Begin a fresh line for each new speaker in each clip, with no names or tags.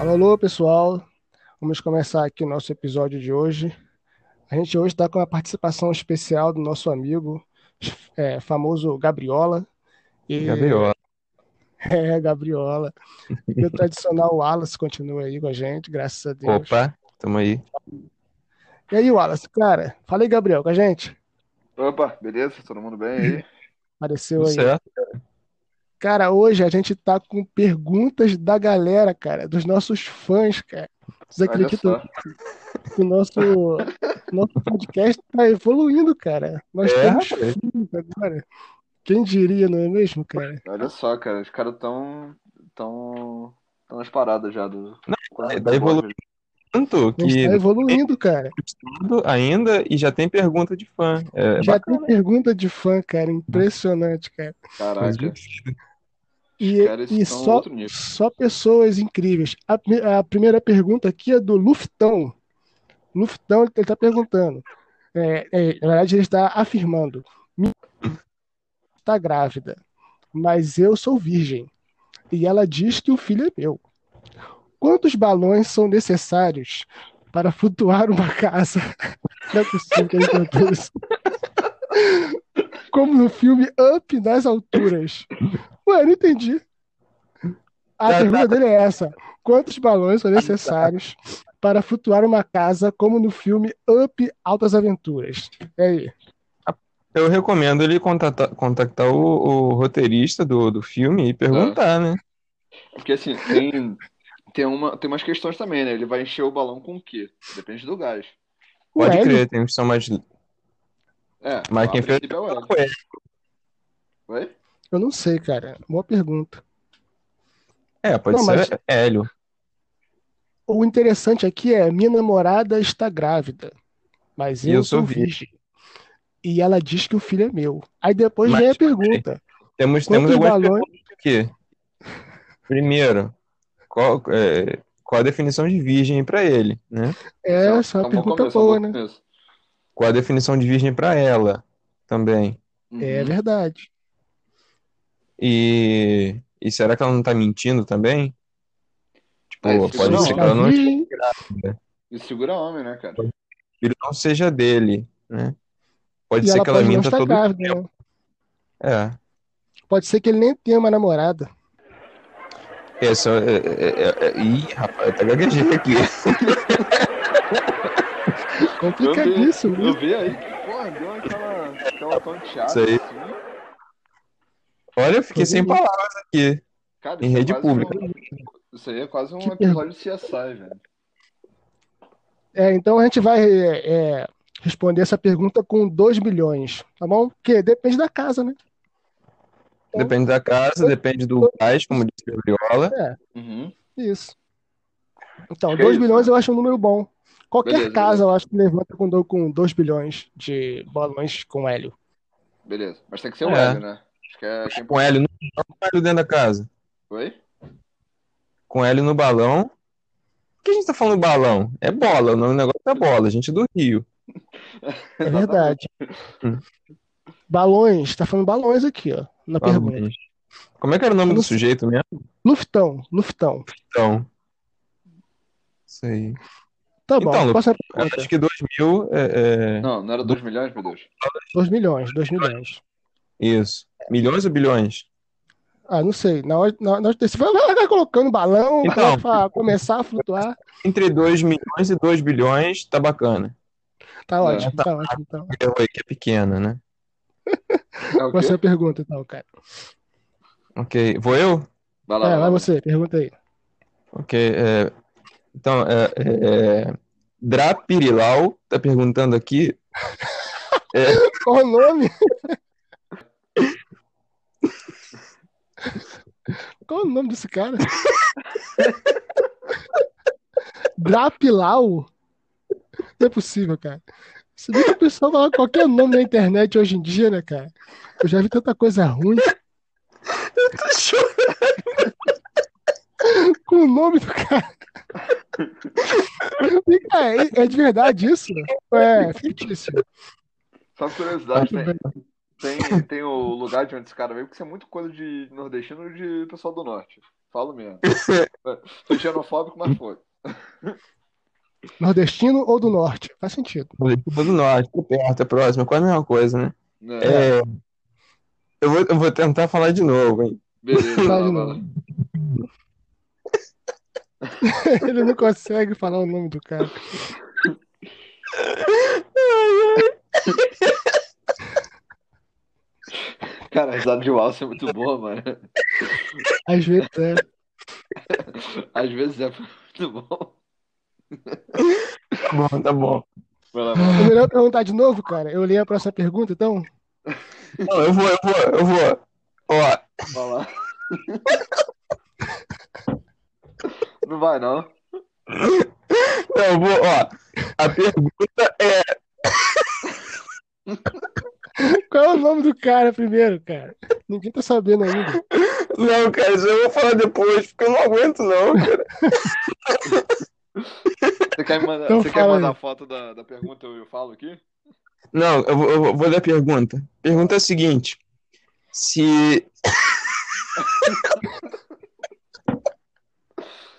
Alô, pessoal. Vamos começar aqui o nosso episódio de hoje. A gente hoje está com a participação especial do nosso amigo, é, famoso Gabriola. E,
Gabriel,
é, Gabriola. E o tradicional Wallace continua aí com a gente, graças a Deus.
opa, tamo aí.
E aí, Wallace, cara, fala aí, Gabriel, com a gente.
Opa, beleza? Todo mundo bem aí?
Apareceu
Tudo
aí.
certo?
Cara, hoje a gente tá com perguntas da galera, cara, dos nossos fãs, cara. Vocês
Olha
acreditam
só.
que o nosso, nosso podcast tá evoluindo, cara? Nós
É,
temos
rapaz.
fãs agora. Quem diria, não é mesmo, cara?
Olha só, cara. Os caras tão. tão. tão nas paradas já do. quase
Tá
do
evoluindo tanto
A gente
que
tá
não
evoluindo, cara.
tudo ainda e já tem pergunta de fã. É, é
Já tem
bacana.
pergunta de fã, cara. Impressionante, cara.
mas
Caraca.
muito-
E,
caras
e
estão
só,
outro nível.
só pessoas incríveis. A, prime- a primeira pergunta aqui é do Luftão. Luftão, ele está perguntando. É, é, na verdade, ele está afirmando. Minha está grávida, mas eu sou virgem. E ela diz que o filho é meu. Quantos balões são necessários para flutuar uma casa? Não é possível que ele perguntou isso. Como no filme Up nas alturas. Ué, eu não entendi. A
Tá,
pergunta dele é essa: quantos balões são necessários para flutuar uma casa, como no filme Up Altas Aventuras? É aí.
Eu recomendo ele contata- contactar o, o roteirista do, do filme e perguntar,
Ah.
né?
Porque assim, tem. Tem, uma, tem umas questões também, né? Ele vai encher o balão com o quê? Depende do gás.
O
Pode
Hélio?
crer, tem uns que são mais.
É,
Mas
a
quem fez.
princípio é o L.
Ué,
Oi?
Eu não sei, cara. Boa pergunta.
É, pode
Não, mas-
ser Hélio.
O interessante aqui é: minha namorada está grávida, mas
E
eu
eu sou
sou virgem. E ela diz que o filho é meu. Aí depois vem a
Mas-
pergunta:
Temos, temos
quantos
algumas
balões.
perguntas aqui. Primeiro, qual, é, qual a definição de virgem para ele, né?
É,
Então,
essa é uma
então vamos
pergunta
começar,
boa,
vamos
né?
começar.
Qual a definição de virgem para ela também?
Uhum.
É verdade.
E, e será que ela não tá mentindo também? Tipo,
Ah, isso
pode
não,
ser que
né?
ela não esteja
virgem,
grávida,
E segura homem, né, cara?
que ele não seja dele, né? Pode
e
ser
ela
que ela
pode não
minta
estar
todo.
grávida, né?
É,
Pode ser que ele nem tenha uma namorada.
é só. É, é, é- é- Ih, rapaz, tá gaguejei aqui.
Complicadíssimo,
Eu
né?
vi aí que, porra, deu aquela, aquela tonteada
Isso aí.
assim.
Olha, eu fiquei sem palavras aqui.
Cara,
Em
isso é
rede
quase
pública.
um- isso aí é quase um
Que
episódio de CSI, velho.
É, então a gente vai é, é, responder essa pergunta com 2 milhões, tá bom? Porque depende da casa, né?
Depende da casa, depende do gás, como disse a Viola.
É,
Uhum.
isso. Então,
Que
2
isso,
bilhões
né?
eu acho um número bom. Qualquer
Beleza,
casa
beleza.
eu acho que levanta com, do- com 2 bilhões de balões com hélio.
Beleza. Mas tem que ser o
É.
Hélio, né? Acho que é quem
Com Hélio no não com Hélio dentro da casa.
Oi?
Com Hélio no balão. Por que a gente tá falando balão? É bola, o nome do negócio é bola, a gente é do Rio.
É verdade.
Hum.
Balões, tá falando balões aqui, ó, na pergunta.
Balões. Como é que era o nome do sujeito mesmo?
Luftão, Luftão.
Então. Isso aí.
Tá bom,
Então, Lu-
próxima
é
Eu
pergunta.
acho que 2 mil é, é,
Não, não era 2 milhões, meu Deus.
2 milhões, 2 milhões.
isso. Milhões ou bilhões?
Ah, não sei. Na hora, na, na, você vai, vai, vai colocando balão
Então.
para começar a flutuar.
Entre 2 milhões e 2 bilhões, tá bacana.
Tá ótimo,
tá.
tá ótimo. Então.
Eu aí que é pequena, né?
É o quê?
Você pergunta, então, cara.
Ok. Vou eu?
Vai lá,
É,
vai
vai
lá.
você, pergunta aí.
Ok. é, então, é, é, é, Drapirilau tá perguntando aqui.
Qual o nome? Qual o nome desse cara? Drapilau? Não é possível, cara. Se bem que o pessoal fala qualquer nome na internet hoje em dia, né, cara? Eu já vi tanta coisa ruim com o nome do cara. E, cara, é, é de verdade isso? É, fictício.
Só curiosidade, tem, tem, tem o lugar de onde esse cara veio, porque isso é muito coisa de nordestino e de pessoal do norte. Falo mesmo. Sou xenofóbico, mas foi.
Nordestino ou do norte? Faz sentido.
Curitiba do Norte, tô perto, é próximo, é quase a mesma coisa, né?
Né?
É, eu, vou, eu vou tentar falar de novo, hein?
Beleza,
Fala
lá,
de
lá,
novo.
lá.
Ele não consegue falar o nome do cara.
Cara, a risada de Walsh é muito boa, mano.
Às vezes é.
Às vezes é muito bom.
Tá bom, tá bom.
Vai lá, vai lá.
É melhor eu perguntar de novo, cara. Eu li a próxima pergunta, então.
Não, eu vou, eu vou, eu vou. Ó,
Vai lá. Não vai, não.
não, eu vou, ó. A pergunta é.
Qual é o nome do cara primeiro, cara? Ninguém tá sabendo ainda.
Não, cara, isso eu vou falar depois, porque eu não aguento, não, cara.
Você quer mandar,
Então
você quer
fala aí.
mandar a foto da, da pergunta eu falo aqui?
Não, eu vou, eu vou- vou ler a pergunta. Pergunta é a seguinte: se.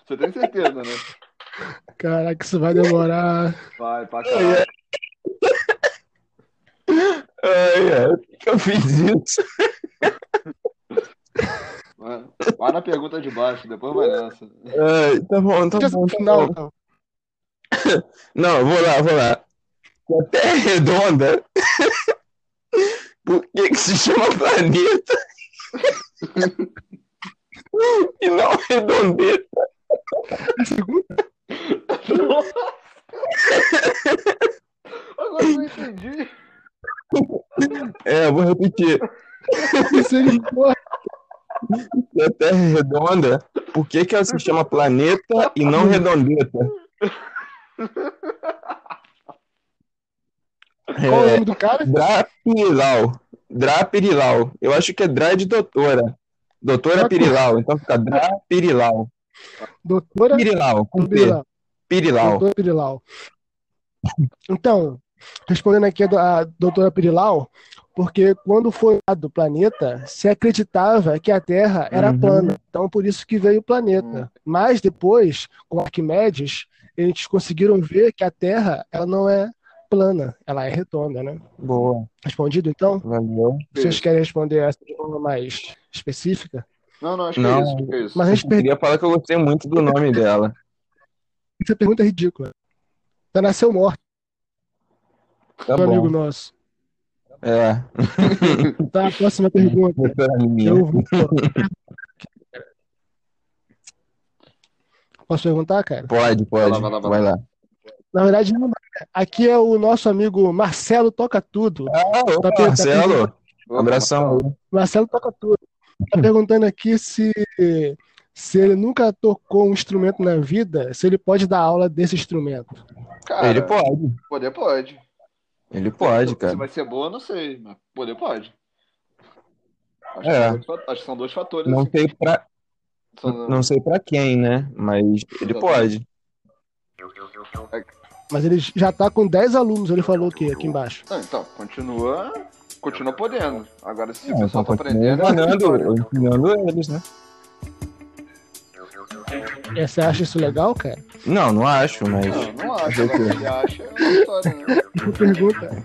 Você tem certeza, né?
Caraca, isso vai demorar.
Vai,
É.
pra caralho.
Ai, ai, por que eu fiz isso?
Vai, vai na pergunta de baixo, depois vai nessa.
Ai, tá bom, tá
Deixa
bom,
no
tá
final,
bom.
então.
Não, eu vou lá, eu vou lá. Se a Terra é redonda, por que que se chama planeta? E não redondeta.
A segunda,
Agora eu não entendi.
É, eu vou repetir.
misericórdia.
Se a Terra é redonda, por que que ela se chama planeta e não redondeta?
Qual é o
É,
nome do cara?
Drapirilau. Drapirilau. Eu acho que é Dra de doutora. Doutora
Dra-
Pirilau. Então fica Drapirilau.
Doutora
Pirilau. Com P.
Pirilau.
Pirilau.
Doutora Pirilau. Então, respondendo aqui a, do- a doutora Pirilau, porque quando foi lá do planeta, se acreditava que a Terra era
Uhum.
plana. Então, por isso que veio o planeta.
Hum.
Mas depois, com Arquimedes, eles conseguiram ver que a Terra ela não é plana, ela é redonda, né?
Boa.
Respondido, então?
Valeu.
Vocês querem responder essa de forma mais específica?
Não, não, acho
Não.
que é isso. acho que é isso.
Mas a gente
Eu
perdeu.
queria falar que eu gostei muito do nome dela.
Essa pergunta é ridícula. Já nasceu morto,
Tá
meu amigo
bom.
nosso.
É.
Tá, a próxima pergunta.
Doutora minha.
Eu vou. Posso perguntar, cara?
Pode, pode.
Vai lá, vai lá, vai
Vai lá.
Na verdade, não. Aqui é o nosso amigo Marcelo Toca Tudo.
Ah, ô,
Tá per- tá
Marcelo.
Opa,
Abração.
Marcelo Toca Tudo. Tá perguntando aqui se, se ele nunca tocou um instrumento na vida, se ele pode dar aula desse instrumento.
Cara,
Ele pode.
poder pode.
Ele pode,
Se
cara.
vai ser boa, eu não sei, mas poder pode. Acho, que,
É.
são dois, fa- acho que são dois fatores.
Não
assim,
sei pra,
que são-
não sei pra quem, né? Mas ele pode.
Mas ele já tá com 10 alunos, ele falou aqui, aqui embaixo.
Não, então, continua, continua podendo. Agora, se
É,
o
então
pessoal tá
continua
aprendendo, então.
ensinando, ensinando eles, né?
É, Você acha isso legal, cara?
Não, não acho, mas.
Não, não acho.
Fazer o
Agora, se
quê?
ele acha, é uma história, né?
Essa pergunta,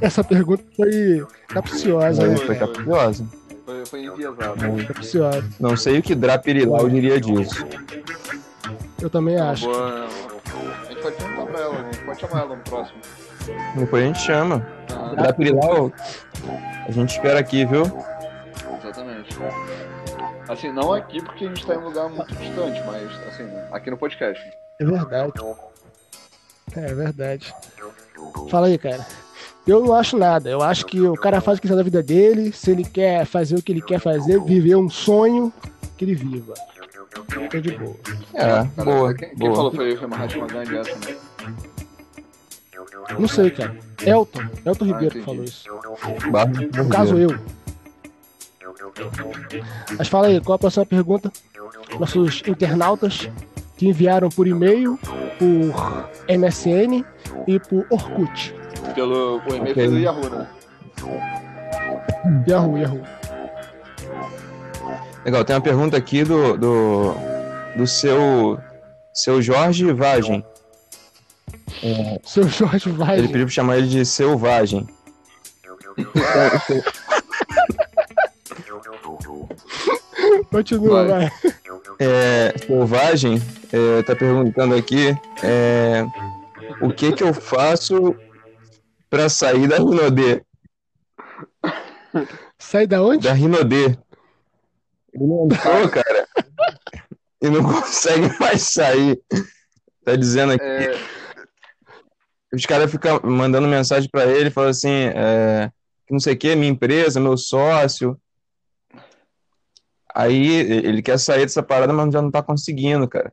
essa pergunta foi capciosa, né?
Mas é, foi capciosa.
Foi, foi enviesado.
Capciosa.
Não sei o que Drapirilau diria disso.
Eu também
Uma
acho.
boa- A gente pode perguntar pra ela, a gente pode chamar ela no próximo.
Depois a gente chama.
Ah,
Drapirilau, a gente espera aqui, viu?
exatamente. Assim, não aqui porque a gente tá em um lugar muito distante, mas assim, aqui no podcast.
É verdade. É verdade. Fala aí, cara. Eu não acho nada. Eu acho que o cara faz o que quiser da vida dele. Se ele quer fazer o que ele quer fazer, viver um sonho, que ele viva. Tô de boa.
É,
Cara,
boa,
quem, quem
boa.
falou foi o Mahatma Gandhi essa, né?
Não sei, cara. Elton, Elton Ribeiro
entendi.
falou isso.
Barra
No caso, eu. Mas fala aí, qual a próxima pergunta? Nossos internautas que enviaram por e-mail, por MSN e por Orkut.
Pelo o e-mail
Ok.
foi do Yahoo, né?
Yahoo, Yahoo.
Legal, tem uma pergunta aqui do, do, do seu, seu Jorge Vagem.
Seu Jorge vai.
Ele pediu pra chamar ele de Selvagem.
Continua, vai.
Vai.
É, selvagem é, tá perguntando aqui é, o que que eu faço pra sair da Rinodê?
Sai da onde?
Da Rinodê. Ele entrou, cara, e não consegue mais sair. Tá dizendo aqui.
É,
Os caras ficam mandando mensagem pra ele, falando assim, é, que não sei o que, minha empresa, meu sócio. Aí ele quer sair dessa parada, mas já não tá conseguindo, cara.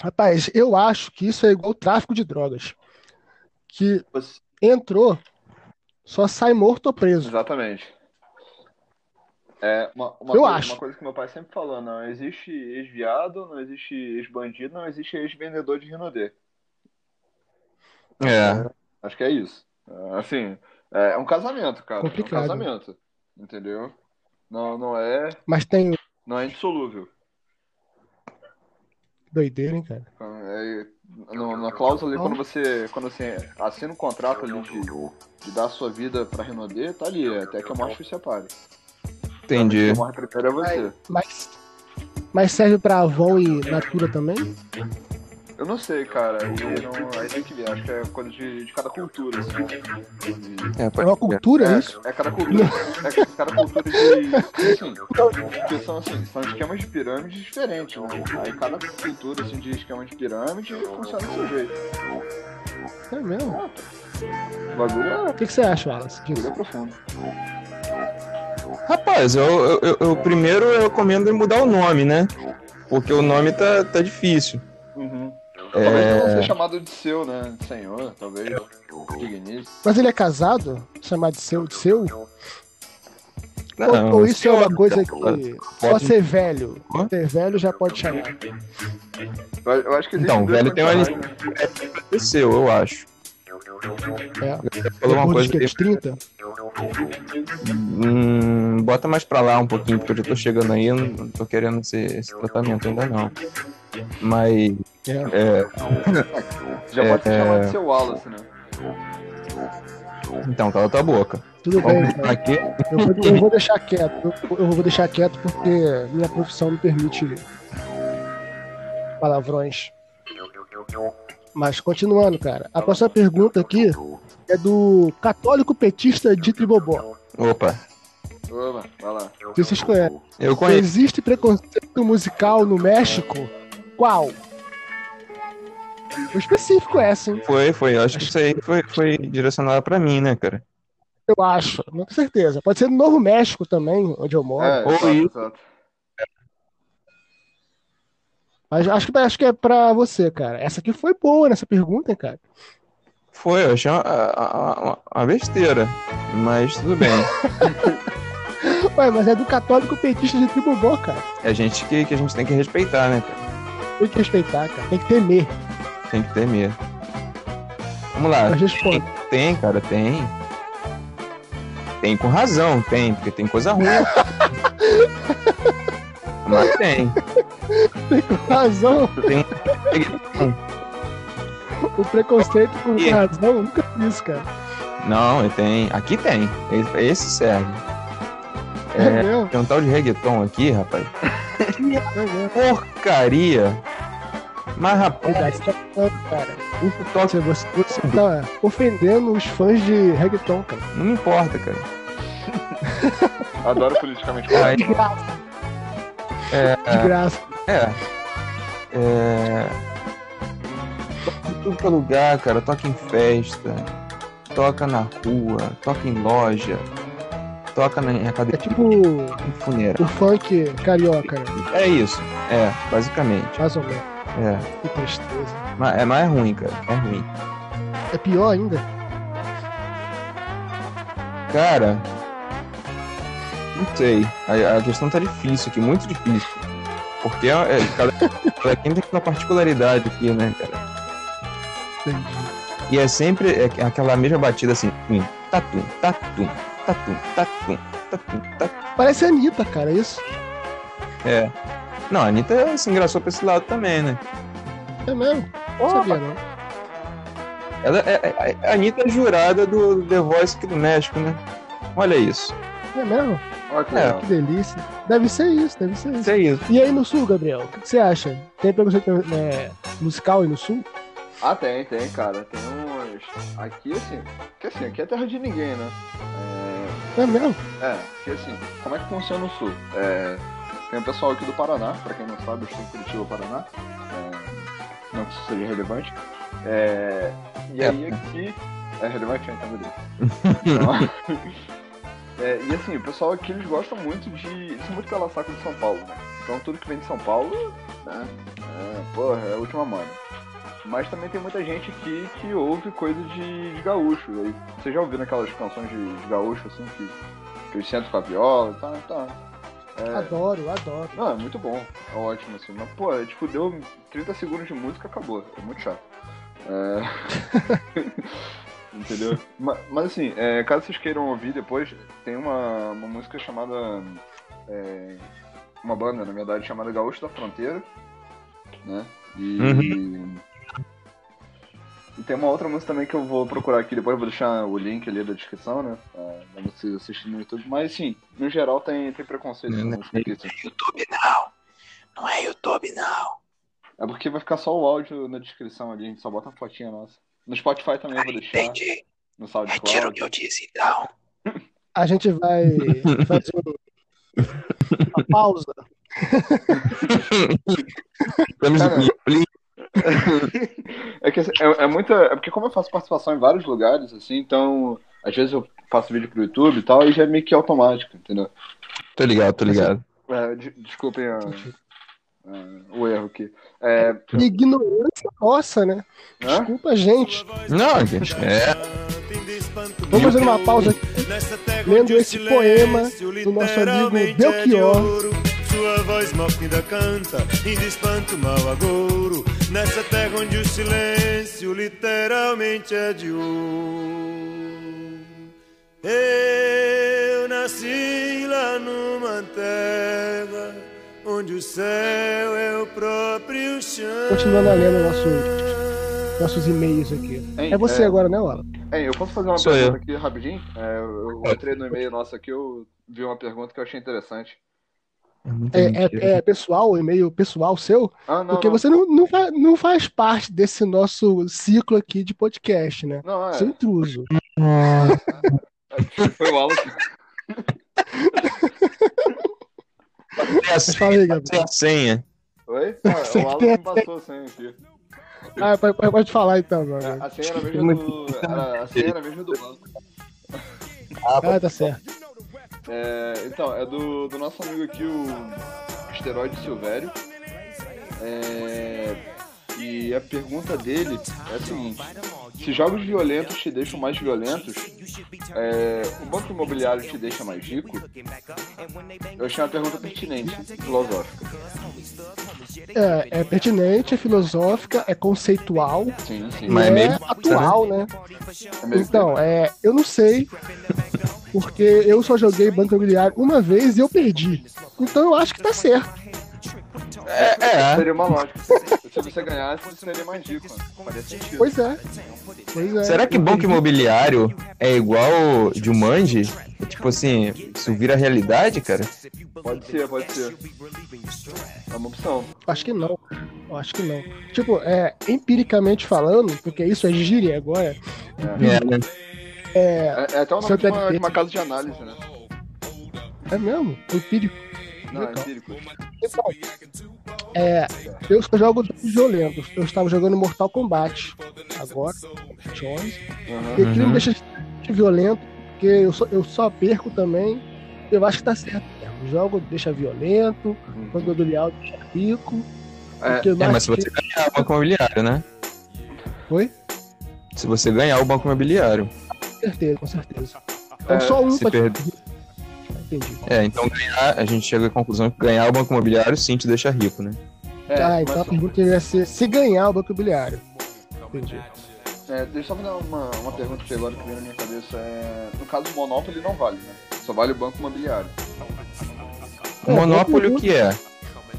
Rapaz, eu acho que isso é igual tráfico de drogas. Que
você-
entrou, só sai morto ou preso.
Exatamente. É, uma, uma
Eu
coisa,
acho.
uma coisa que meu pai sempre falou: não existe ex-viado, não existe ex-bandido, não existe ex-vendedor de Rinodê.
É.
Acho que é isso. É, Assim, é um casamento, cara.
Complicado.
É um casamento. Entendeu? Não, não é,
Mas tem
não é indissolúvel.
doideira, hein, cara?
É, no- na cláusula ali, quando você, quando você assina um contrato ali de, de dar a sua vida pra Renaudet, tá ali, é, até que a morte os separe.
Entendi.
Quem morre primeiro é você.
Mas, mas serve pra Avon e Natura também?
Eu não sei, cara. Aí, não, aí tem que ver. Acho que é coisa de, de cada cultura, assim. De-
É,
É
pode
uma
ser.
cultura
é,
isso?
é cada cultura. É cada cultura de. Assim, porque são assim, são esquemas de pirâmide diferentes, né? Aí cada cultura assim, de esquema de pirâmide funciona do seu jeito.
É mesmo.
O bagulho é,
O que, que você acha, Wallace?
o
disso?
bagulho é profundo.
Rapaz, eu, eu, eu- eu- primeiro eu recomendo mudar o nome, né? Porque o nome tá, tá difícil.
Uhum. Talvez não
É,
seja chamado de seu, né? De senhor, talvez. Digníssimo.
Mas ele é casado? Chamar de seu, de seu? Ou-
não,
ou isso é uma coisa
cara.
que só ser velho?
Hã?
Ser velho já pode chamar.
Eu, eu acho que existe
Então,
dois
velho tem uma
condicionais,
lista.
né?
é seu, eu acho.
É.
Você falou uma
Depois
coisa
de que,
que,
dos 30?
hum, bota mais pra lá um pouquinho, porque eu já tô chegando aí, eu não tô querendo esse, esse tratamento ainda não. Mas,
É.
é,
né? Já pode ser
É.
chamado de seu Wallace, né?
então, cala tua boca.
Tudo bem,
Vamos
então.
aqui.
eu vou, eu vou deixar quieto. Eu, eu vou deixar quieto porque minha profissão me permite palavrões. Mas continuando, cara. A próxima pergunta aqui é do católico petista de Tribobó.
Opa,
Oba, vai lá.
Que vocês conhecem.
eu conheço.
Existe preconceito musical no México? Qual? O específico é, sim,
Foi, foi. Eu acho que isso aí foi, foi direcionado pra mim, né, cara?
eu acho. Não tenho certeza. Pode ser no Novo México também, onde eu moro.
É,
Ou
exato,
isso.
exato.
Mas acho que, acho que é pra você, cara. Essa aqui foi boa nessa pergunta, hein, cara.
Foi, eu achei uma, uma- uma- uma besteira. Mas tudo bem.
Ué, mas é do católico petista de Tribobó, cara.
É gente que, que a gente tem que respeitar, né, cara?
Tem que respeitar, cara. Tem que temer.
Tem que ter medo. Vamos lá.
Mas responde.
Tem, cara, tem. Tem com razão, tem, porque tem coisa ruim. Mas tem.
Tem com razão.
Tem
O preconceito com
Ih.
razão nunca fiz, cara.
Não, tem. Aqui tem. Esse- Esse serve.
É,
É,
mesmo?
tem um tal de reggaeton aqui, rapaz.
É mesmo.
Porcaria. Mas, rapaz,
Verdade, você tá falando, cara.
isso toca
Você, você, você tá ofendendo os fãs de reggaeton, cara.
Não me importa, cara.
Adoro politicamente correto.
De graça. De graça.
É. É. Toca em tudo que é lugar, cara. Toca em festa. Toca na rua. Toca em loja. Toca na, em
É
academia.
tipo o
Em um funeral.
funk carioca, né?
É isso. É, basicamente.
mais ou menos.
É.
Que tristeza.
Ma- É, mas é ruim, cara. É ruim.
É pior ainda?
Cara. Não sei. A, a questão tá difícil aqui, muito difícil. Porque é, é, cada, cada quem tem sua particularidade aqui, né, cara?
Entendi.
E é sempre é aquela mesma batida assim, tum, um, tatum, tatum, tatum, tatum, puta, puta.
Parece a Anitta, cara, isso.
É. Não, a Anitta se engraçou pra esse lado também, né?
É mesmo? Não
Opa!
sabia, não.
Ela, é- é- a Anitta é jurada do The Voice aqui do México, né? Olha isso.
É mesmo?
Olha que
É.
legal.
Que delícia. Deve ser isso, deve ser isso.
Isso é isso.
E aí no sul, Gabriel, o que que você acha? Tem preconceito né, musical aí no sul?
Ah, tem, tem, cara. Tem uns. Aqui, assim. Que assim, aqui é terra de ninguém, né?
É mesmo?
É, porque assim, como é que funciona o sul? É, tem um pessoal aqui do Paraná, pra quem não sabe, eu estou em Curitiba, Paraná. É, não que isso seja relevante. É, e aí
É.
aqui. É relevante, então beleza. Então, é, e assim, o pessoal aqui eles gostam muito de. Eles são muito pela saco de São Paulo, né? Então tudo que vem de São Paulo, né? É, porra, é a última mano. Mas também tem muita gente aqui que ouve coisa de, de gaúcho. E Aí, vocês já ouviram aquelas canções de, de gaúcho, assim, que, que eles sentam com a viola e tal, tá.
Ah,
É,
Adoro, adoro.
não, é muito bom, é ótimo, assim. Mas, pô, é, tipo, deu 30 segundos de música e acabou. É muito chato. É... Entendeu? Ma- Mas, assim, é, caso vocês queiram ouvir depois, tem uma, uma música chamada. é, uma banda, na verdade, chamada Gaúcho da Fronteira. Né? E. E tem uma outra música também que eu vou procurar aqui depois, eu vou deixar o link ali da descrição, né? É, Pra vocês assistirem no YouTube. Mas, sim, no geral tem, tem preconceito.
Não,
com
não.
música aqui, assim.
YouTube não. Não é YouTube não.
É porque vai ficar só o áudio na descrição ali, a gente só bota a fotinha nossa. No Spotify também eu vou deixar, no
Ah,
SoundCloud.
É eu disse então.
A gente vai fazer um- uma pausa.
Vamos
Cara.
plim, plim.
É, que, assim, é, é muita. É porque como eu faço participação em vários lugares, assim, então às vezes eu faço vídeo pro YouTube e tal, e já é meio que automático, entendeu?
Tô ligado, tô ligado.
É, de- desculpem a- a- o erro aqui. É,
Ignorância nossa, né?
hã?
Desculpa, gente.
Não, gente, é.
Vamos fazer uma pausa aqui, lendo esse poema do nosso amigo Belchior.
é Sua voz mórbida canta, e de espanto mal agouro, nessa terra onde o silêncio literalmente é de ouro. Eu nasci lá numa terra onde o céu é o próprio chão.
Continuando a ler o nosso- Nossos e-mails aqui.
Hein,
É você agora, né, Wala?
Hein, eu posso fazer uma
Sou
pergunta
eu.
aqui rapidinho? É, eu eu entrei no e-mail nosso aqui, eu vi uma pergunta que eu achei interessante.
muita
É,
mentira.
é- é pessoal, e-mail pessoal seu?
Ah, não.
Porque
não.
você não, não, fa- não faz parte desse nosso ciclo aqui de podcast, né?
Não, é.
Seu intruso.
Foi o Wallace.
Tem É a
Mas
senha,
fala aí, Gabriel.
tem a senha.
Oi? Ah, o Wallace me passou a senha aqui.
Ah, pode- pode falar então,
A
mano.
a senha era a mesma do. era- A senha era a mesma do banco.
Ah, tá certo.
É, então, é do, do nosso amigo aqui, o Asteroide Silvério. É, e a pergunta dele é a seguinte: Se jogos violentos te deixam mais violentos, é, o banco imobiliário te deixa mais rico? Eu achei uma pergunta pertinente, filosófica.
É, é pertinente, é filosófica, é conceitual,
Sim, sim.
Mas
é,
é meio-
atual, né?
é meio-
Então, é, eu não sei, porque eu só joguei Banco Imobiliário uma vez e eu perdi. Então eu acho que tá certo.
É, é.
Seria uma lógica. Se você ganhasse, você seria mais rico. né? Faria sentido.
Pois é. Pois é.
Será que banco imobiliário é igual de Jumanji? É tipo assim, isso vira realidade, cara?
Pode ser, pode ser. É uma opção.
Acho que não. Eu acho que não. Tipo, é, empiricamente falando, porque isso é gíria agora,
É, né?
É, é até o nome
Santa
de uma,
Teresa.
de uma casa de análise, né?
é mesmo? Empírico.
Não, é
Legal.
empírico.
Então, é, eu só jogo jogos violentos. Eu estava jogando Mortal Kombat agora, Jones. E
Aham.
aquilo
Uhum.
me deixa extremamente violento, porque eu só, eu só perco também. Eu acho que tá certo. mesmo. O jogo deixa violento, o banco imobiliário deixa rico.
Uhum. É,
o que eu
É,
acho
mas se você
que-
ganhar o banco imobiliário, né?
Oi?
Se você ganhar o banco imobiliário.
Com certeza, com certeza. Então
É,
só um
Se
pra
perder.
entendi.
É, então ganhar, a gente chega à conclusão que ganhar o banco imobiliário sim te deixa rico, né?
é,
ah,
mas-
então a pergunta ia ser se ganhar o banco imobiliário. Entendi.
é, deixa eu só me dar uma, uma pergunta que agora que veio na minha cabeça. É, no caso do Monopoly não vale, né? Só vale o banco imobiliário.
É,
Monopólio
banco-
que é?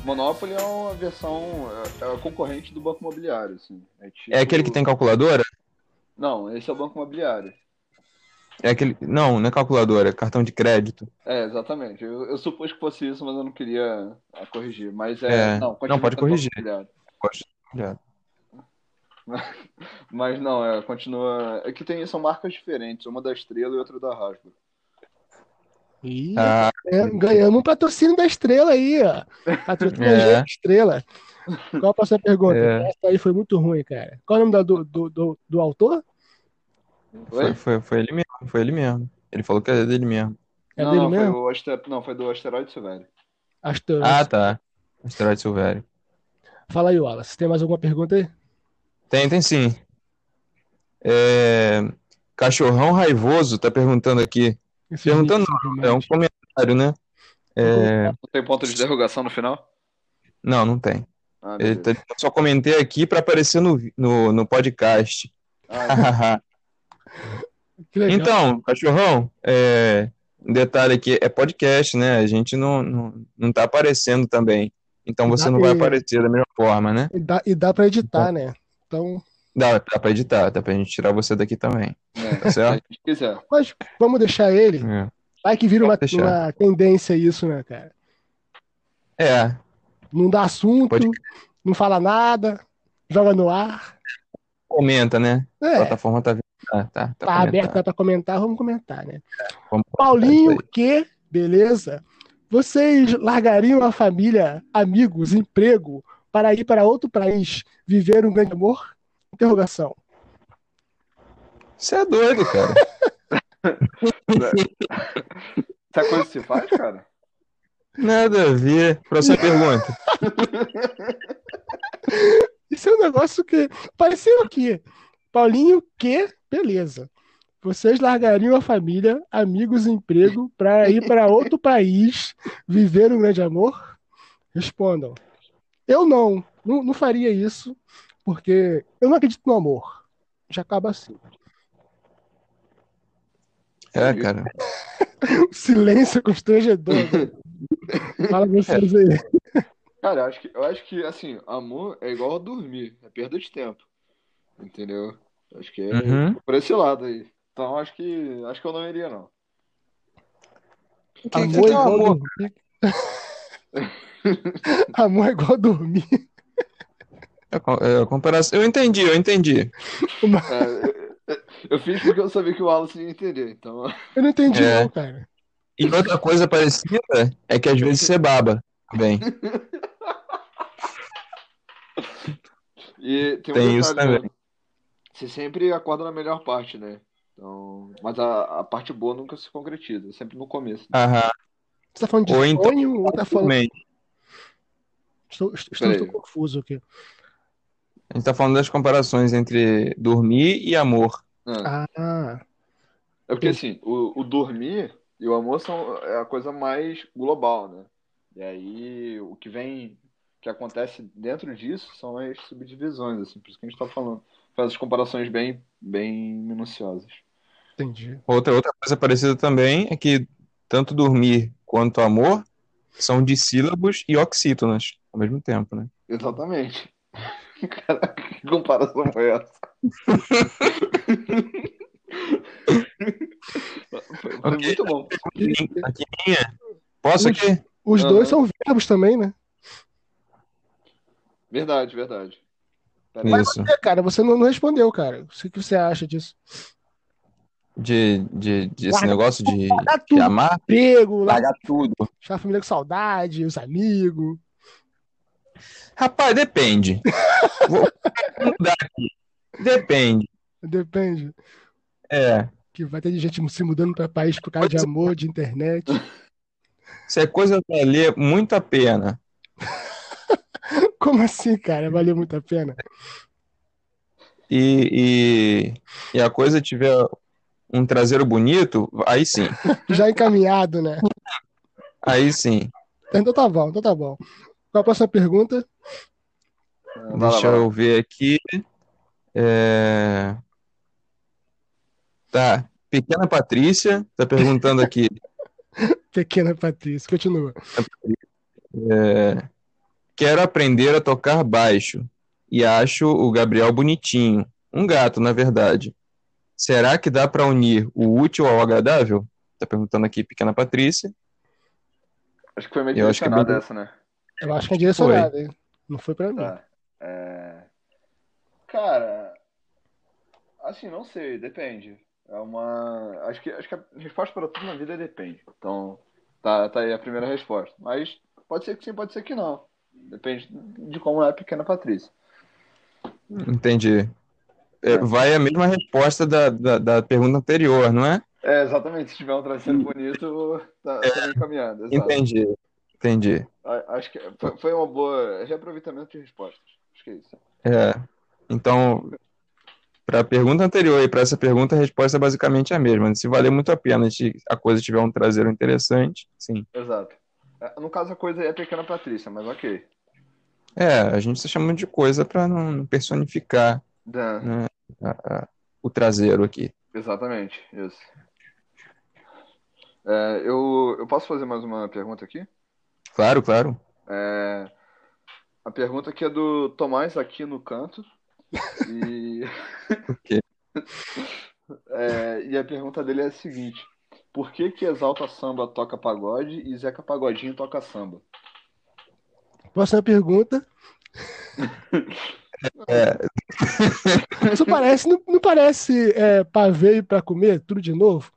Monopoly é uma versão é, é a concorrente do banco imobiliário, assim. É, tipo-
É aquele que tem calculadora?
Não, esse é o banco imobiliário.
É aquele. Não, não é calculadora, é cartão de crédito.
É, exatamente. Eu, eu supus que fosse isso, mas eu não queria ah, corrigir. Mas é.
É.
Não, continua
Não, pode
com o banco
corrigir.
imobiliário.
Gosto de olhar.
Mas não, é, continua. É que tem, são marcas diferentes, uma da Estrela e outra da Hasbro.
Ih,
Ah,
é, ganhamos um patrocínio da estrela aí, ó. Patrocínio
É.
da estrela. Qual a próxima pergunta?
É.
Essa aí foi muito ruim, cara. Qual é o nome da- do, do, do, do autor?
Oi?
foi, foi, foi ele mesmo, foi ele mesmo. Ele falou que é dele mesmo.
É
não,
dele
não,
mesmo?
Foi o Aster... Não, foi do Asteroide Silvério.
Astor.
Ah, tá. Asteroide Silvério.
Fala aí, Wallace. Tem mais alguma pergunta aí?
Tem, tem sim. É, Cachorrão Raivoso tá perguntando aqui.
Esses
Perguntando,
links são
É um
demais.
comentário, né? É,
Não tem ponto de interrogação no final?
Não, não tem.
Ah,
Ele
beleza.
tá- eu só comentei aqui pra aparecer no, vi- no, no podcast.
Ah,
Que legal.
Então, cachorrão, é, um detalhe aqui, é podcast, né? A gente não, não, não tá aparecendo também. Então você não vai
É.
aparecer da mesma forma, né?
E dá, e dá pra editar, né? Então,
Dá, dá pra editar, dá pra gente tirar você daqui também,
é,
tá certo?
se quiser.
mas vamos deixar ele.
É.
Vai que vira uma,
Pode deixar.
uma tendência isso, né, cara?
É,
Não dá assunto,
Pode
não fala nada, joga no ar.
comenta, né? A
É,
plataforma tá, tá, tá, tá
tá aberto
comentando.
pra comentar, vamos comentar, né?
Vamos
Paulinho,
comentar
que, beleza? Vocês largariam a família, amigos, emprego para ir para outro país viver um grande amor? Interrogação.
isso aí. Você é doido, cara.
Sabe quando se faz, cara?
Nada a ver. Próxima pergunta.
Isso é um negócio que apareceu aqui. Paulinho, que, beleza. Vocês largariam a família, amigos, emprego para ir para outro país viver um grande amor? Respondam. Eu não, não, não faria isso, porque eu não acredito no amor. Já acaba assim.
É, cara.
Silêncio constrangedor. né? Fala vocês
É.
aí.
Cara, eu acho que, eu acho que assim, amor é igual a dormir, é perda de tempo. Entendeu? Eu Acho que é
Uhum.
por esse lado aí. Então acho que acho que eu não iria, não.
Que, que
Amor é
tem um
igual
amor?
dormir. Amor é igual dormir.
É, co- é, comparação. Eu entendi, eu entendi.
É, eu- eu fiz porque eu sabia que o Wallace ia entender. Então,
Eu não entendi,
É.
não, cara.
E outra coisa parecida é que às vezes você baba também.
e tem um
Tem isso
detalhe, né?
também.
Você sempre acorda na melhor parte, né? Então, mas a, a parte boa nunca se concretiza, sempre no começo. né?
Aham.
Você tá falando de
Ou então-
sonho ou tá falando.
Também.
Estou, estou, estou
Peraí.
confuso aqui.
A gente tá falando das comparações entre dormir e amor.
Ah.
Ah,
É porque assim, o, o dormir e o almoço são, é a coisa mais global, né? E aí o que vem, o que acontece dentro disso são as subdivisões, assim, por isso que a gente tá falando. Faz as comparações bem, bem minuciosas.
entendi.
Outra, outra coisa parecida também é que tanto dormir quanto amor são dissílabos e oxítonas ao mesmo tempo, né?
Exatamente. Caraca, que comparação foi essa? Foi, foi
Ok.
muito bom.
Aqui minha. Posso aqui?
Os
Aham.
dois são verbos também, né?
Verdade, verdade. Peraí.
Isso.
É, cara, você não, não respondeu, cara. O que você acha disso?
De, de, de esse
Larga-
negócio de,
largar
de
Tá tudo.
amar,
Pego, lá,
largar tudo.
deixar a família com saudade, os amigos.
Rapaz, depende. Vou mudar aqui. Depende.
Depende.
É.
Que vai ter gente se mudando para país por causa de amor, de internet.
Se a coisa valer muito a pena,
Como assim, cara? Valeu muito a pena.
e, e, e a coisa tiver um traseiro bonito, aí sim,
Já encaminhado, né?
aí sim.
Então tá bom, então tá bom. Qual a próxima pergunta?
Vai lá,
Deixa
vai lá.
eu ver aqui. É... Tá, pequena Patrícia tá perguntando aqui.
Pequena Patrícia, continua.
É, Quero aprender a tocar baixo e acho o Gabriel bonitinho. Um gato, na verdade. Será que dá para unir o útil ao agradável? Tá perguntando aqui, pequena Patrícia.
Acho que foi meio
Eu acho que é
direcionada
bem- Hum.
essa, né?
Eu acho que é direcionada, hein? Não foi pra mim.
Tá. É... Cara, assim, não sei, depende. É uma. Acho que, acho que a resposta para tudo na vida é depende. Então, tá, tá aí a primeira resposta. Mas pode ser que sim, pode ser que não. Depende de como é a pequena Patrícia.
Entendi. É, vai a mesma resposta da, da, da pergunta anterior, não é?
É, exatamente. Se tiver um travesseiro bonito, tá, tá bem encaminhado. Exato.
Entendi. Entendi.
A- Acho que foi- foi uma boa. Reaproveitamento de respostas. Acho que é isso.
É. Então, para a pergunta anterior e para essa pergunta, a resposta é basicamente a mesma. Se valer muito a pena, se a coisa tiver um traseiro interessante, sim.
Exato. É, No caso, a coisa é a pequena Patrícia, mas ok.
É, a gente está chamando de coisa para não personificar
Dan,
né, a- a- o traseiro aqui.
Exatamente, isso. É, eu, eu posso fazer mais uma pergunta aqui?
Claro, claro.
É, a pergunta aqui é do Tomás aqui no canto. E,
Ok.
É, e a pergunta dele é a seguinte: Por que que Exalta Samba toca pagode e Zeca Pagodinho toca samba?
Próxima pergunta.
É,
Isso parece, não, não parece é, pavê e pra comer, tudo de novo?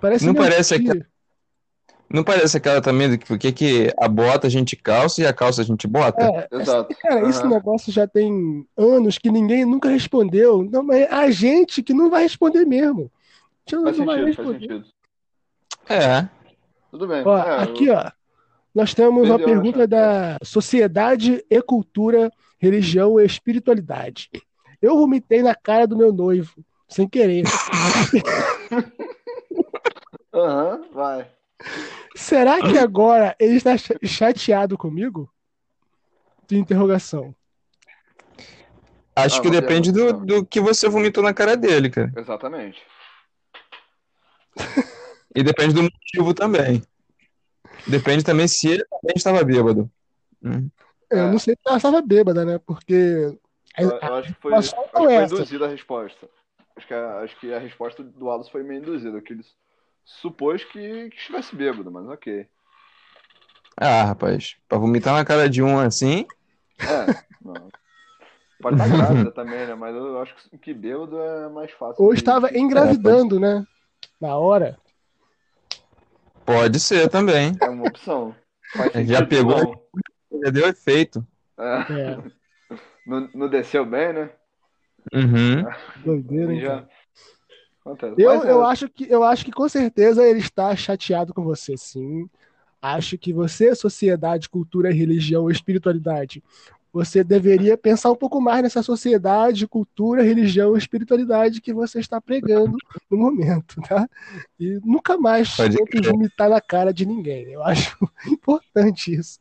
Parece
Não
mesmo
parece
que-
não parece aquela também do que, que, que a bota a gente calça e a calça a gente bota?
É,
Exato.
Cara, esse
Aham.
negócio já tem anos que ninguém nunca respondeu. Não, mas é a gente que não vai responder mesmo. A gente não
Faz
vai
sentido, faz
responder.
sentido.
É.
Tudo bem.
Ó,
É, eu-
aqui, ó. Nós temos uma
Perdeu, né,
pergunta
Chá?
da Sociedade e Cultura, Religião e Espiritualidade. Eu vomitei na cara do meu noivo, sem querer.
Aham, vai.
Será que agora ele está cha- chateado comigo? De interrogação.
Acho
Ah,
que
vou ver
depende
agora,
do,
então.
do que você vomitou na cara dele, cara.
Exatamente.
E depende do motivo também. Depende também se ele também estava bêbado. Hum.
Eu
É. Ah,
não sei se ela estava bêbada, né? Porque
Eu, eu acho que foi,
Mas
acho
qual
que foi
é essa?
induzida a resposta. Acho que a, acho que a resposta do Wallace foi meio induzida, que ele supôs que, que estivesse bêbado, mas ok.
Ah, rapaz, pra vomitar na cara de um assim,
É, não. Pode estar grávida também, né? Mas eu acho que, que bêbado é mais fácil.
ou
de-
estava
de-
engravidando, né? Na hora.
pode ser também.
É uma opção. Faz
Já
sentido,
pegou?
não.
Já deu efeito.
É,
É,
não, não desceu bem, né?
Uhum.
doideira, hein,
Já-
cara?
Acontece.
Eu,
Mas é,
eu acho que eu acho que com certeza ele está chateado com você, sim. Acho que você, sociedade, cultura, religião e espiritualidade, você deveria pensar um pouco mais nessa sociedade, cultura, religião e espiritualidade que você está pregando no momento, tá? E nunca mais
Pode
tente
crer.
vomitar na cara de ninguém. Eu acho importante isso.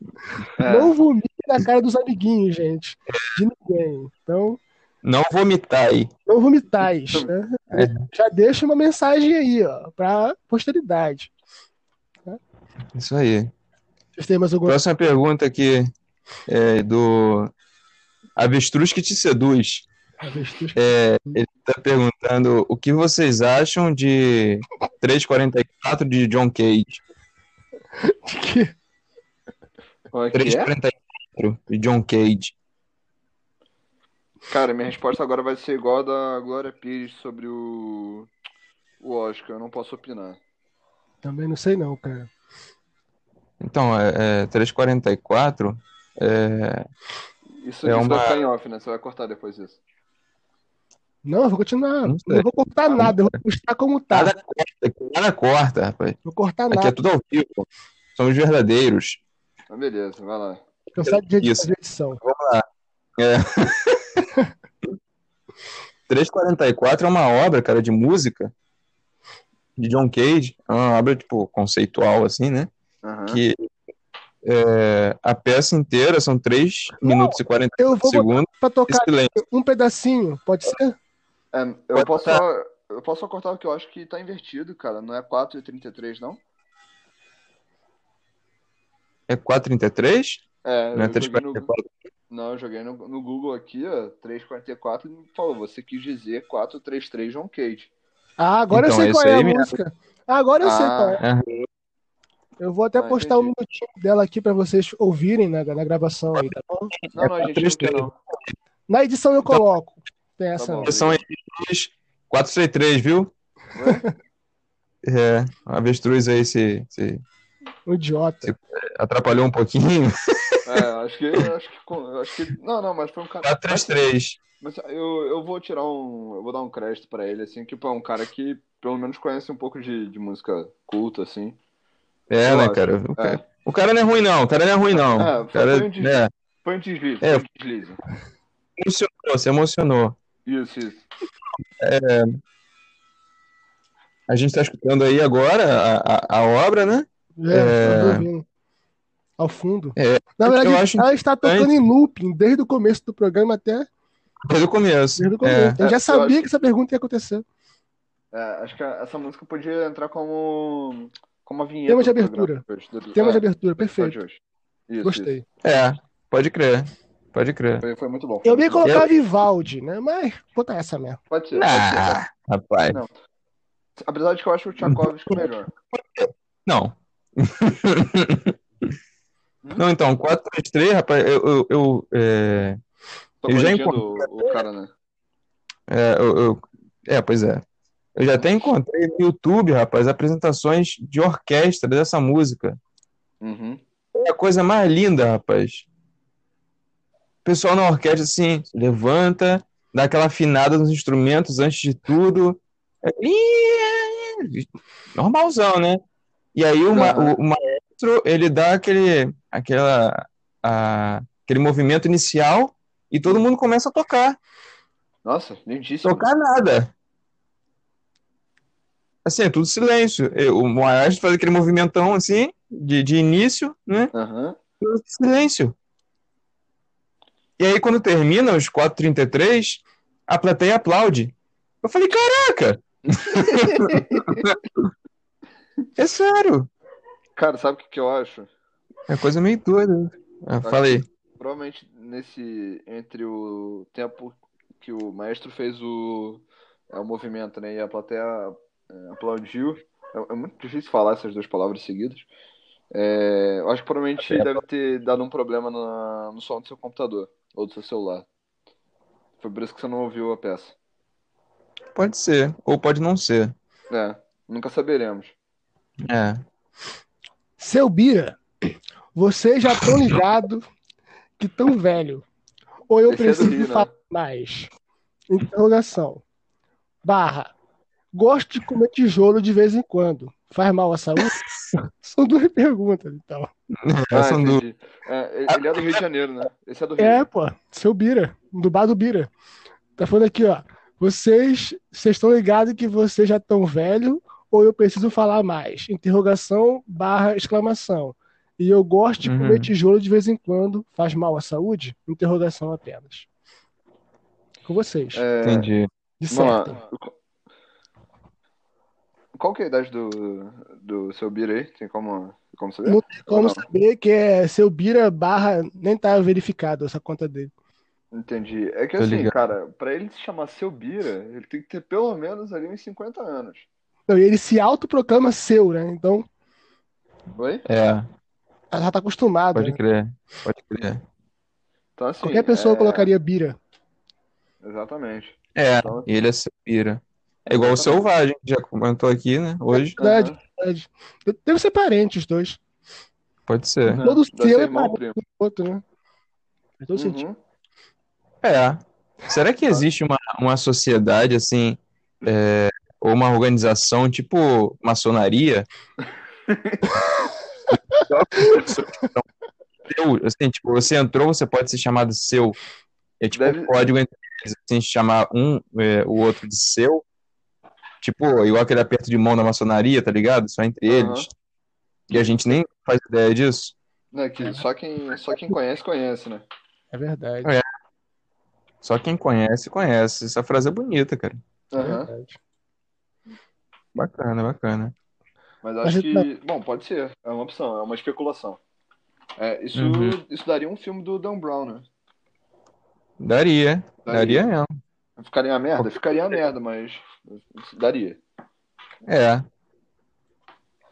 é,
Não vomite na cara dos amiguinhos, gente. De ninguém. Então,
Não vomitar aí.
não vomitais, né?
É.
Já deixa uma mensagem aí, ó, pra posteridade.
Isso aí.
Vocês têm mais alguma
Próxima pergunta aqui é do Avestruz que te seduz.
avestruz?
Tá perguntando o que vocês acham de 344 de John Cage.
Que-
como é que é?
344 de John Cage.
Cara, minha resposta agora vai ser igual a da Glória Pires sobre o, o Oscar. Eu não posso opinar.
Também não sei não, cara.
Então, é, é 344 é,
Isso,
É
isso
uma-
vai ficar em off, né? Você vai cortar depois isso.
Não, eu vou continuar.
Não
Não,
sei. Tá
vou cortar nada, eu vou postar como tá.
Nada corta, aqui nada corta, rapaz.
Não vou cortar
Aqui é
nada.
tudo ao vivo. Somos verdadeiros.
Então, beleza, vai lá.
Cansado de
Isso.
fazer edição.
344 é uma obra, cara, de música de John Cage. É uma obra, tipo, conceitual, assim, né?
Aham.
Que é, a peça inteira são 3
Não,
minutos e 40
Eu vou botar
segundos
pra
de
tocar
silêncio.
um pedacinho, pode ser?
É, eu,
Pode
posso
cortar.
só, eu posso só cortar o que eu acho que tá invertido, cara. Não é 4 e 33, não?
É 4,33?
É,
Não é
eu joguei no,
3,44?
não, eu joguei no, no Google aqui, ó, 344, e me falou, você quis dizer 433 John Cage.
Ah, agora
Então,
eu sei
é
qual
isso
é a
aí mesmo.
música. Ah, agora eu sei
Ah.
qual é.
Aham.
Eu vou até
Ah,
postar um
entendi.
minutinho dela aqui pra vocês ouvirem né, na, na gravação aí, tá bom?
Não, não, a
é
gente não quer não.
Na edição
Então-
eu coloco. Tem essa.
Tá bom.
não.
São avestruz 433, viu? É, o avestruz aí se, se
Um idiota.
atrapalhou um pouquinho.
É, acho que, acho que, com- acho que, não, não, mas foi um cara,
433.
mas eu, eu vou tirar um, eu vou dar um crédito pra ele, assim, que, pô, é um cara que pelo menos conhece um pouco de, de música culta, assim.
É,
Eu
né,
acho.
cara? O,
É.
cara? o cara não é ruim, não. O cara não é ruim, não.
É,
o
foi
cara
um deslize.
né,
Foi um deslize,
É.
foi um deslize.
emocionou, se emocionou.
Isso, isso.
A gente tá escutando aí agora a, a, a obra, né?
É,
É.
eu tô ouvindo. Ao fundo.
É,
Na
eu
verdade,
acho
ela está tocando em looping desde o começo do programa até
Desde o começo.
desde o
É,
começo. Eu
É,
já
eu acho
sabia
que-
que essa pergunta ia acontecer.
É, acho que essa música podia entrar como, como a vinheta.
Tema de
do programa
abertura.
hoje, do-
Tema de
é,
abertura,
do episódio
perfeito.
hoje. Isso, isso.
Gostei.
é, pode crer. Pode crer.
Foi, foi muito bom. foi
Eu ia
muito bom.
colocar Vivaldi, né? Mas botar essa mesmo.
Pode ser, pode ser, pode ser.
Ah, rapaz.
Apesar de que eu acho o Tchaikovsky é melhor.
Não.
Hum?
Não, então, 433, rapaz, eu, eu, eu, é,
Tô
Eu já
corrigindo o, o cara, né?
É, eu- eu- é, pois é. Eu já até encontrei no YouTube, rapaz, apresentações de orquestra dessa música.
Uhum.
É a coisa mais linda, rapaz. O pessoal na orquestra, assim, se levanta, dá aquela afinada nos instrumentos antes de tudo. É- Ih, Normalzão, né? E aí o, ma- o- o maestro, ele dá aquele, aquela, a- aquele movimento inicial e todo mundo começa a tocar
Nossa, lindíssimo.
tocar nada. Assim, é tudo silêncio. Eu- O maestro faz aquele movimentão assim, de, de início, né?
Aham.
Tudo Silêncio. E aí, quando termina os 4h33, a plateia aplaude. Eu falei, caraca! é sério.
Cara, sabe o que, que eu acho?
É coisa meio doida. Eu falei,
Provavelmente nesse. Entre o tempo que o maestro fez o, é, o movimento, né? E a plateia é, aplaudiu. É, é muito difícil falar essas duas palavras seguidas. É, eu acho que provavelmente deve ter dado um problema na- no som do seu computador ou do seu celular. Foi por isso que você não ouviu a peça.
pode ser, ou pode não ser.
É, nunca saberemos.
É.
Seu Bira, vocês já estão ligados que tão velho. Ou eu
Esse é do
preciso
Rio, né?
falar mais? Interrogação. Barra. Gosto de comer tijolo de vez em quando. Faz mal à saúde? São duas perguntas, então.
Ah,
Essa do-
entendi. É, ele é do Rio de Janeiro, né? Esse é do Rio.
Ah. É, pô, seu Bira, do bar do Bira. Tá falando aqui, ó. Vocês, vocês estão ligados que vocês já estão velho ou eu preciso falar mais? Interrogação barra exclamação. E eu gosto de comer
Uhum.
tijolo de vez em quando, faz mal à saúde? Interrogação apenas. Com vocês,
É,
Entendi.
de
vamos
certo.
lá. Qual que é a idade do, do seu Bira aí? Tem como, como saber?
Não tem como saber que é seu Bira barra, nem tá verificado essa conta dele.
Entendi. É que
Tô
assim,
ligado.
cara, pra ele se chamar seu Bira, ele tem que ter pelo menos ali uns 50 anos.
Não, e ele se autoproclama seu, né? Então,
Oi?
É,
ela já tá acostumada.
pode
né?
crer, pode crer.
Então assim.
Qualquer pessoa
é,
colocaria Bira.
Exatamente.
É,
Então-
e ele é Sapira. É igual o Selvagem, que já comentou aqui, né? Hoje,
Verdade.
Aham.
Verdade. Deve ser parente os dois.
pode ser.
Não,
Todo
deve ser
seu é
irmão ou
parente
primo.
do outro, né? Faz todo sentido.
Uhum.
É. Será que existe uma, uma sociedade assim, é, ou uma organização tipo maçonaria? Seu, assim, tipo, você entrou, você pode ser chamado seu. É tipo
Deve-
um código entre eles, assim, chamar um, é, o outro de seu. Tipo, igual aquele aperto de mão da maçonaria, tá ligado? Só entre
Aham.
eles. E a gente nem faz ideia disso.
Né, que só, quem, só quem conhece, conhece, né?
É verdade.
É, Só quem conhece, conhece. Essa frase é bonita, cara.
é
Aham.
verdade.
Bacana, bacana.
Mas
Mas
acho
eu-
que. Bom, pode ser. É uma opção, é uma especulação. É, isso,
Uhum.
isso daria um filme do Dan Brown, né?
Daria.
Daria.
Daria mesmo.
Ficaria uma merda? Ficaria uma merda, mas daria.
É.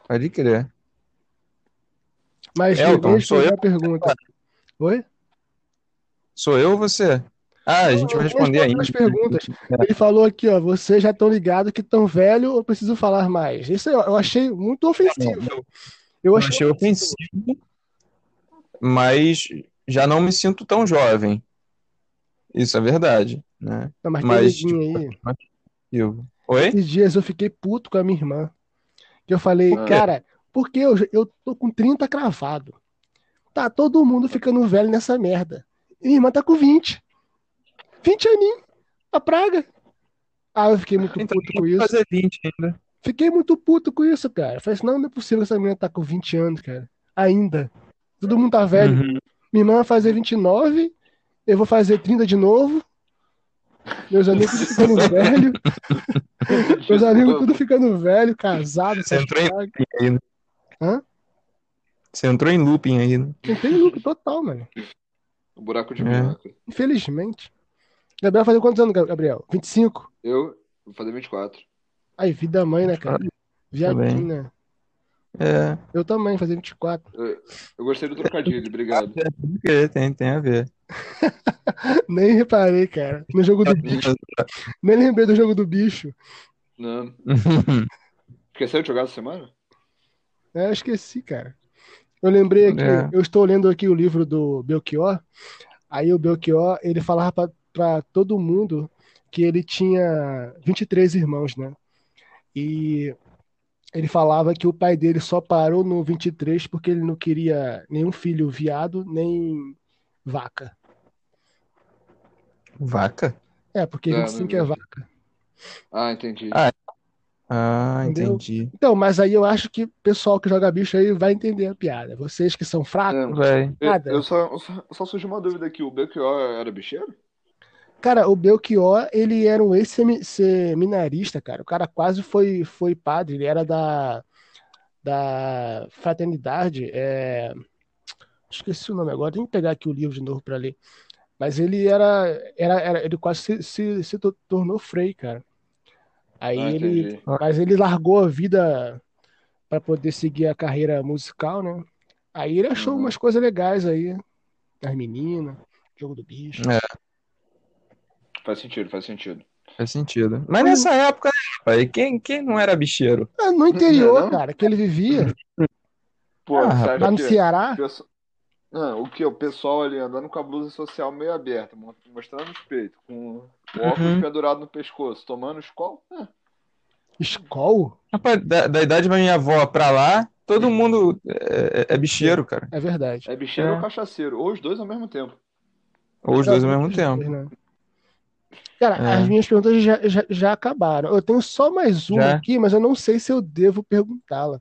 Pode crer.
Mas
Elton,
deixa
sou
eu fazer
eu?
a pergunta. Oi?
Sou eu ou você? Ah, a gente vai
Eu respondo
responder ainda.
as perguntas. Ele falou aqui, ó, vocês já estão ligados que tão velho, eu preciso falar mais. Isso eu eu achei muito ofensivo.
Eu
Eu achei
achei ofensivo, mas já não me sinto tão jovem. Isso é verdade, né?
Não, mas tem
Mas, tipo,
neguinho aí.
Eu- Oi?
Esses dias eu fiquei puto com a minha irmã. Que eu falei,
Ah.
cara, porque eu, eu tô com 30 cravado. Tá todo mundo ficando velho nessa merda. E minha irmã tá com 20. 20 aninho. A praga. Ah, eu fiquei muito
Então,
puto
eu
com
vou
isso.
fazer 20 ainda.
Fiquei muito puto com isso, cara. Eu falei assim, não, não é possível que essa menina tá com 20 anos, cara. Ainda. Todo mundo tá velho.
Uhum.
Minha irmã vai fazer 29, eu vou fazer 30 de novo. Meus amigos tudo ficando velho, meus
Tipo, um
amigos um tudo ficando velho, casado,
Você entrou em-
casado.
Ainda.
Hã?
Você entrou em looping né? ainda.
não tem lucro total, mano.
O buraco de
É.
buraco.
Infelizmente. Gabriel vai fazer quantos anos, Gabriel? 25.
Eu vou fazer 24.
Aí, vida mãe, né, cara? Viadinha.
É.
Eu também, vou fazer 24.
Eu gostei do trocadilho, obrigado.
Pode crer, Tem, tem a ver.
Nem reparei, cara. No jogo do bicho. Nem lembrei do jogo do bicho.
Não. Esqueceu de jogar essa semana?
É, eu esqueci, cara. Eu lembrei aqui,
É.
eu estou lendo aqui o livro do Belchior. Aí o Belchior, ele falava pra- pra todo mundo que ele tinha 23 irmãos, né? E ele falava que o pai dele só parou no 23 porque ele não queria nenhum filho viado, nem vaca.
Vaca?
É, porque
É,
25 é
não-
vaca.
Ah, entendi.
Ah. Ah,
Entendeu?
entendi.
Então, mas aí eu acho que o pessoal que joga bicho aí vai entender a piada. Vocês que são fracos,
É,
Vai.
eu,
nada.
eu só, eu só, só surgiu uma dúvida aqui. O Belchior era bicheiro?
Cara, o Belchior, ele era um ex-seminarista, cara. O cara quase foi, foi padre. Ele era da, da fraternidade. é, Esqueci o nome agora. Tem que pegar aqui o livro de novo pra ler. Mas ele era, era, era- ele quase se, se, se to- tornou frei, cara. Aí
Ah,
ele,
entendi.
mas ele largou a vida pra poder seguir a carreira musical, né? Aí ele achou
Uhum.
umas coisas legais aí, das meninas, jogo do bicho.
Faz sentido, faz sentido.
Faz sentido.
Hum.
Mas nessa época, né, pai, quem, quem não era bicheiro?
Ah, No interior,
é
Não, não.
cara, que ele vivia,
Pô,
Ah,
você acha
lá no
que
Ceará,
o pessoal- Não, o que? O pessoal ali andando com a blusa social meio aberta, mo- mostrando os peitos, com o óculos
Uhum.
pendurado no pescoço, tomando escola? Ah,
Skol,
Rapaz, da, da idade da minha avó pra lá, todo mundo é, é- é bicheiro, cara.
é verdade.
é bicheiro
É.
ou cachaceiro? Ou os dois ao mesmo tempo.
Ou os dois ao mesmo tempo.
Né? Cara,
É.
as minhas perguntas já, já, já acabaram. Eu tenho só mais uma
Já?
aqui, mas eu não sei se eu devo perguntá-la.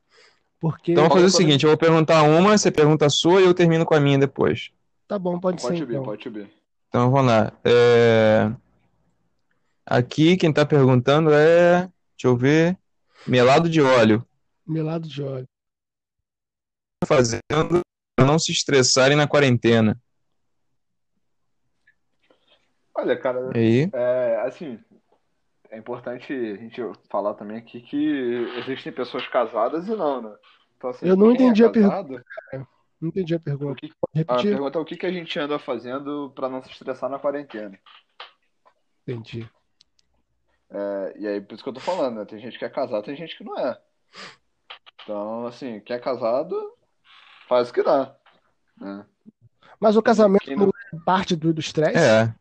Porque.
Então vamos fazer o
Fala,
seguinte: eu vou perguntar uma, você pergunta a sua e eu termino com a minha depois.
Tá bom, pode ser
Pode subir,
então.
pode subir.
Então vamos lá. É, Aqui quem tá perguntando é. Deixa eu ver. Melado de óleo.
Melado de óleo.
Fazendo pra não se estressarem na quarentena.
Olha, cara,
Aí.
é, assim, é importante a gente falar também aqui que existem pessoas casadas e não, né? Então, assim,
Eu não
quem
entendi a pergunta.
casado,
Não entendi a pergunta.
O que-
Ah,
Pode
A
repetir?
pergunta é o que, que a gente anda fazendo pra não se estressar na quarentena.
Entendi.
É, e aí, por isso que eu tô falando, né? Tem gente que é casada, tem gente que não é. Então, assim, quem é casado, faz o que dá. né?
Mas o casamento
Quem
não
não-
é parte do do estresse?
É.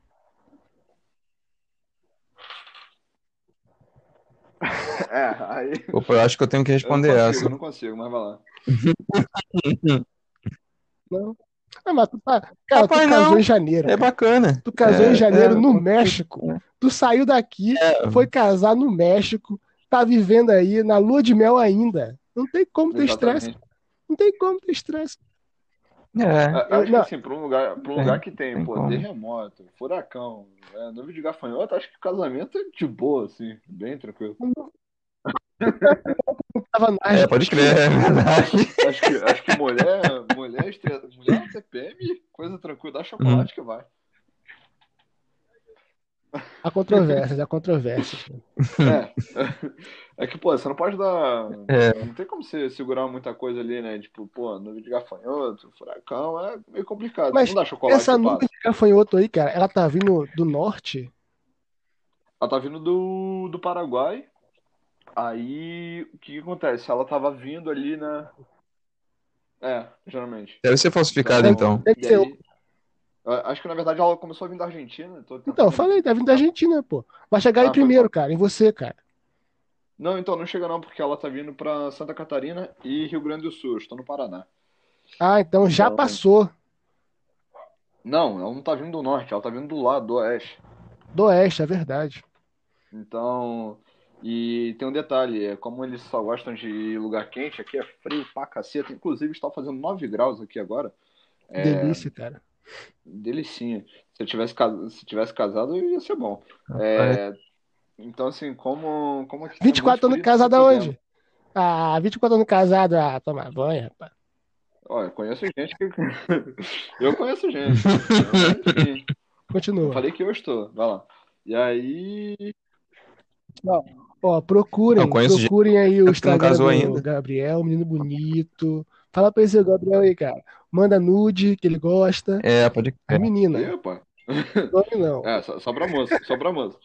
É, aí.
Opa, eu acho que eu tenho que
Eu não
responder
consigo,
essa.
eu não consigo, mas vai lá.
Não. Ah, mas tu tá. Cara, tu
Rapaz,
casou
não.
em janeiro.
É
cara.
bacana.
Tu casou
É,
em janeiro
é.
no México. Tu saiu daqui,
É.
foi casar no México, tá vivendo aí na lua de mel ainda. Não tem como ter
Exatamente.
estresse. né? Não tem como ter estresse.
É.
A- Acho que
Não.
assim, pra um lugar, pra um
Tem,
lugar que tem,
tem
pô,
como.
terremoto, furacão, é, nuvem de gafanhoto, acho que casamento é de boa, assim, bem tranquilo.
Tava na
É, pode crer, é verdade.
Acho que, acho que mulher, mulher, estre- mulher chocolate
Hum.
que vai.
Há controvérsias, há controvérsias. Hum.
É. é que, pô, você não pode dar.
É.
Não tem como você segurar muita coisa ali, né? Tipo, pô, nuvem de gafanhoto, furacão, é meio complicado.
Mas
não dá chocolate
Essa
de
nuvem
base.
de gafanhoto aí, cara, ela tá vindo do norte?
Ela tá vindo do, do Paraguai. Aí, o que que acontece? Ela tava vindo ali na. É, geralmente. É.
Deve ser falsificado, então.
Deve
E
ser-
aí- Eu Acho que na verdade ela começou a vir da Argentina. tô tentando-
Então, eu falei, tá vindo da Argentina, pô. Vai chegar aí
Ah, foi
primeiro,
mal.
cara, em você, cara.
Não, então não chega não, porque ela tá vindo pra Santa Catarina e Rio Grande do Sul. Eu estou no Paraná.
Ah, então já
Não.
passou
Não, ela não tá vindo do norte, ela tá vindo do lado, do oeste.
do oeste, é verdade.
Então, e tem um detalhe, é como eles só gostam de lugar quente, aqui é frio pra caceta, inclusive está fazendo 9 graus aqui agora. É,
Delícia, cara.
delicinha. Se eu tivesse, ca- se tivesse casado, ia ser bom. É, então, assim, como, como aqui tá
24 anos
muito frio,
casado
tá
aonde?
fazendo.
Ah, 24 anos casado, ah, tomar banho, rapaz.
Olha, eu conheço gente que. eu conheço gente. Mas, enfim. Eu
Continua.
falei que eu estou, vai lá. E aí.
Ó, procurem,
Não, conheço
procurem aí o
que não
Instagram
casou
do
ainda.
Gabriel, um menino bonito. Fala pra esse Gabriel aí, cara. Manda nude, que ele gosta.
É, pode
É.
crer.
Menina,
Ih, pô.
não é não.
É, só, só pra moça, só pra moça.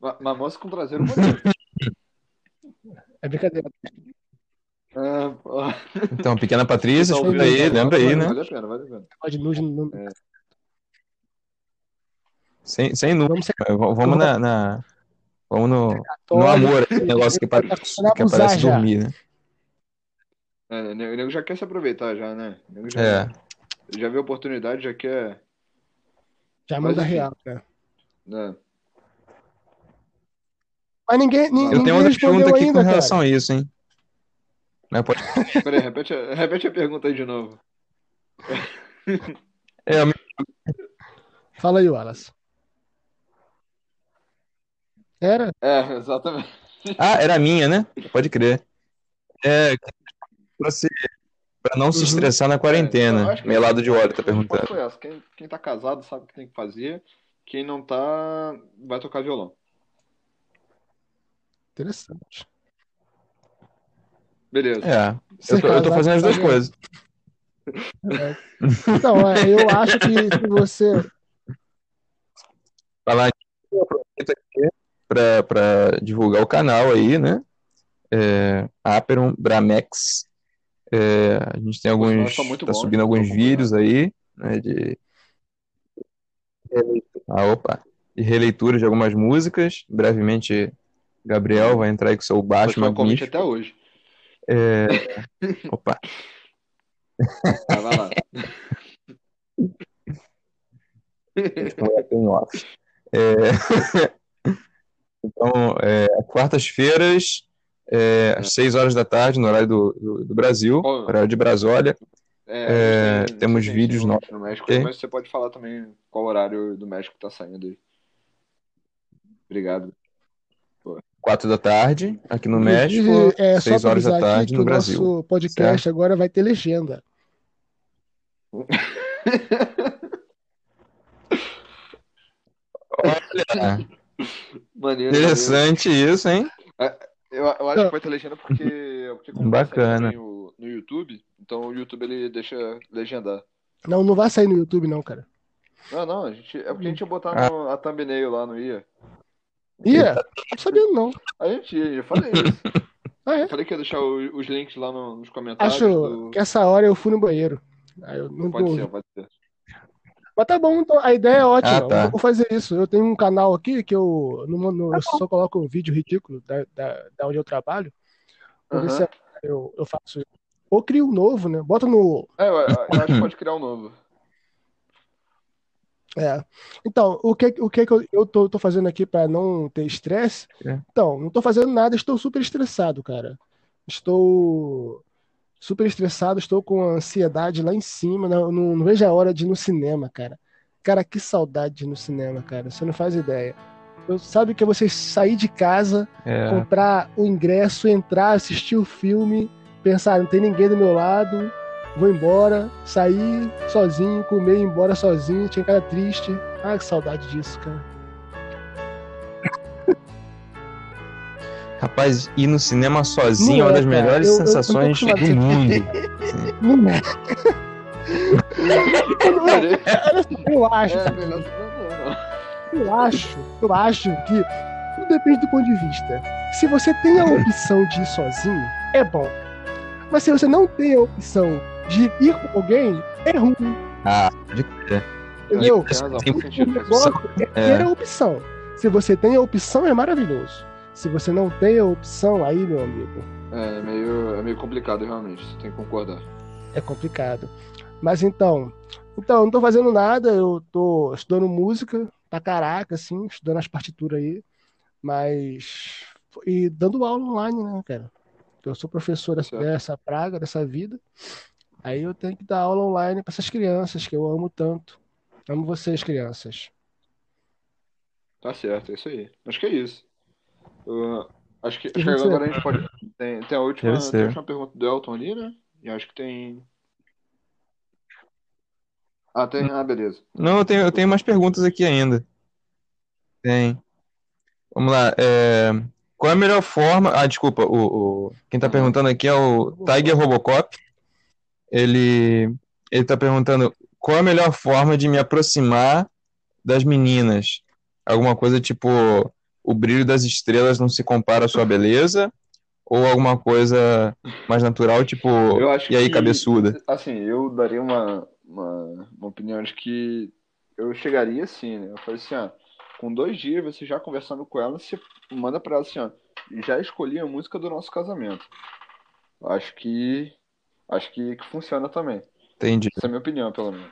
Ma- Mas moça com traseiro bonito.
É brincadeira.
Ah, ah,
Então, pequena Patrícia,
tá
escuta
ouvindo
aí,
agora,
lembra
vale,
aí, né?
Vale a pena, vale a pena.
Pode nude, não-
Sem, sem nu-
vamos ser
Vamos na, na- Vamos no, no
católicos.
amor, esse negócio que, pare- que
abusar
parece
já.
dormir, né?
É, o nego- o nego já quer se aproveitar, já, né? O nego já,
É.
já vê a oportunidade, já quer.
Já manda
Mas, enfim.
real, cara.
né?
Mas ninguém, ni-
Eu
ninguém
tenho outra
respondeu
pergunta aqui
ainda,
com
cara.
relação a isso, hein? Mas pode-
Peraí, repete, a- repete a pergunta aí de novo.
É, eu-
Fala aí, Wallace. Era?
É, exatamente.
Ah, era a minha, né? Pode crer. É, pra, se- pra não se
Uhum. É,
estressar na
Eu
quarentena.
acho que-
Melado de óleo tá
A resposta
perguntando.
foi essa. Quem, quem tá casado sabe o que tem que fazer. Quem não tá, vai tocar violão.
Interessante.
Beleza.
É, eu
Ser
tô, eu tô
casado
fazendo as duas
também.
coisas.
Então, é, eu acho que se você.
Falar nisso, eu aproveito aqui pra, pra divulgar o canal aí, né? É, Aperum Bramex. É, a gente tem
Os
alguns.
nomes são muito
tá
bons,
subindo
tô
alguns
acompanhando.
vídeos aí, né? De. Ah, opa! De releitura de algumas músicas. Brevemente, Gabriel vai entrar aí com seu
Acho
baixo
que foi um convite
magnífico.
até hoje.
Opa!
Vai, vai lá.
Em off. É, Então, é, quartas-feiras, é, às 6 horas da tarde, no horário do, do- do Brasil,
Ó.
horário de Brasólia.
É, a gente tem-
temos
a gente tem
vídeos
esse
novos.
no México,
Ok.
mas você pode falar também qual horário do México tá saindo aí. Obrigado.
4 da tarde, aqui no
Inclusive,
México.
é só
seis horas da
avisar aqui
tarde
que
no
o nosso
Brasil,
podcast agora vai ter legenda.
Olha,
Maneiro. maneiro.
É. interessante isso, hein?
Eu, eu acho que vai ter legenda porque tá eu tinha comprado
Bacana.
no, no YouTube, então o YouTube ele deixa legendar.
Não, não vai sair no YouTube, não, cara.
Não, não, a gente, é porque a gente ia botar no, a thumbnail lá, não ia?
Ia?
tá
Não sabia, não.
A gente ia, eu falei isso.
Ah, é?
Eu falei que ia deixar o- os links lá no- nos comentários.
Acho
do-
que é essa hora eu fui no banheiro. Aí eu não
Pode
tô-
ser, pode ser.
Mas tá bom, então a ideia é ótima.
Ah, tá.
Eu vou fazer isso. Eu tenho um canal aqui que eu, no- no-
Tá
eu só coloco um vídeo ridículo da, da, da onde eu trabalho. Vou ver
Aham.
se é- eu, eu faço isso. Ou crio um novo, né? Bota no.
É, eu, eu acho que pode criar um novo.
é. Então, o que, o que, que eu, eu tô, tô fazendo aqui pra não ter estresse?
É.
Então, não tô fazendo nada, estou super estressado, cara. Estou super estressado, estou com a ansiedade lá em cima. Não, não, não vejo a hora de ir no cinema, cara. Cara, que saudade de ir no cinema, cara. Você não faz ideia. Eu, sabe que é você sair de casa,
É,
comprar o ingresso, entrar, assistir o filme, pensar, não tem ninguém do meu lado, vou embora, sair sozinho, comer, ir embora sozinho, tinha cara triste. Ah, que saudade disso, cara.
Rapaz, ir no cinema sozinho é uma
Não é,
das
cara.
melhores
Eu- eu- eu tô
sensações do
acostumado.
mundo.
Não é. Não,
Cara,
eu acho,
é,
cara,
melhor não, não, não.
eu acho, eu acho que tudo depende do ponto de vista. Se você tem a opção de ir sozinho, é bom. Mas se você não tem a opção de ir com alguém, é ruim,
Ah,
entendeu?
Tem razão,
Tem
faz
O
sentido.
negócio é ter a opção. Se você tem a opção, é maravilhoso. Se você não tem a opção, aí, meu amigo,
É, é meio, é meio complicado, realmente. Tem que concordar.
é complicado. Mas então, então, eu não tô fazendo nada, eu tô estudando música, pra caraca, assim, estudando as partituras aí, mas. E dando aula online, né, cara? Eu sou professor dessa,
Certo.
dessa praga, dessa vida. Aí eu tenho que dar aula online pra essas crianças que eu amo tanto. Amo vocês, crianças.
Tá certo, é isso aí. Acho que é isso. Eu- ah, acho que, acho
E
que
você?
agora a gente pode. Tem, tem a última,
Deve ser.
tem a última pergunta do Elton ali, né? E acho que tem. Ah, tem. Ah, beleza.
Não, eu tenho, eu tenho mais perguntas aqui ainda. Tem. Vamos lá. é, Qual é a melhor forma? Ah, desculpa, o, o- quem tá perguntando aqui é o Tiger Robocop. Ele, ele tá perguntando qual é a melhor forma de me aproximar das meninas? Alguma coisa tipo o brilho das estrelas não se compara à sua beleza? Ou alguma coisa mais natural, tipo,
Eu acho
e aí,
que,
cabeçuda?
Assim, eu daria uma, uma, uma opinião de que eu chegaria assim, né? Eu falei assim, ó, com dois dias você já conversando com ela, você manda pra ela assim, ó, já escolhi a música do nosso casamento. Acho que. Acho que, que funciona também.
Entendi.
Essa é a minha opinião, pelo menos.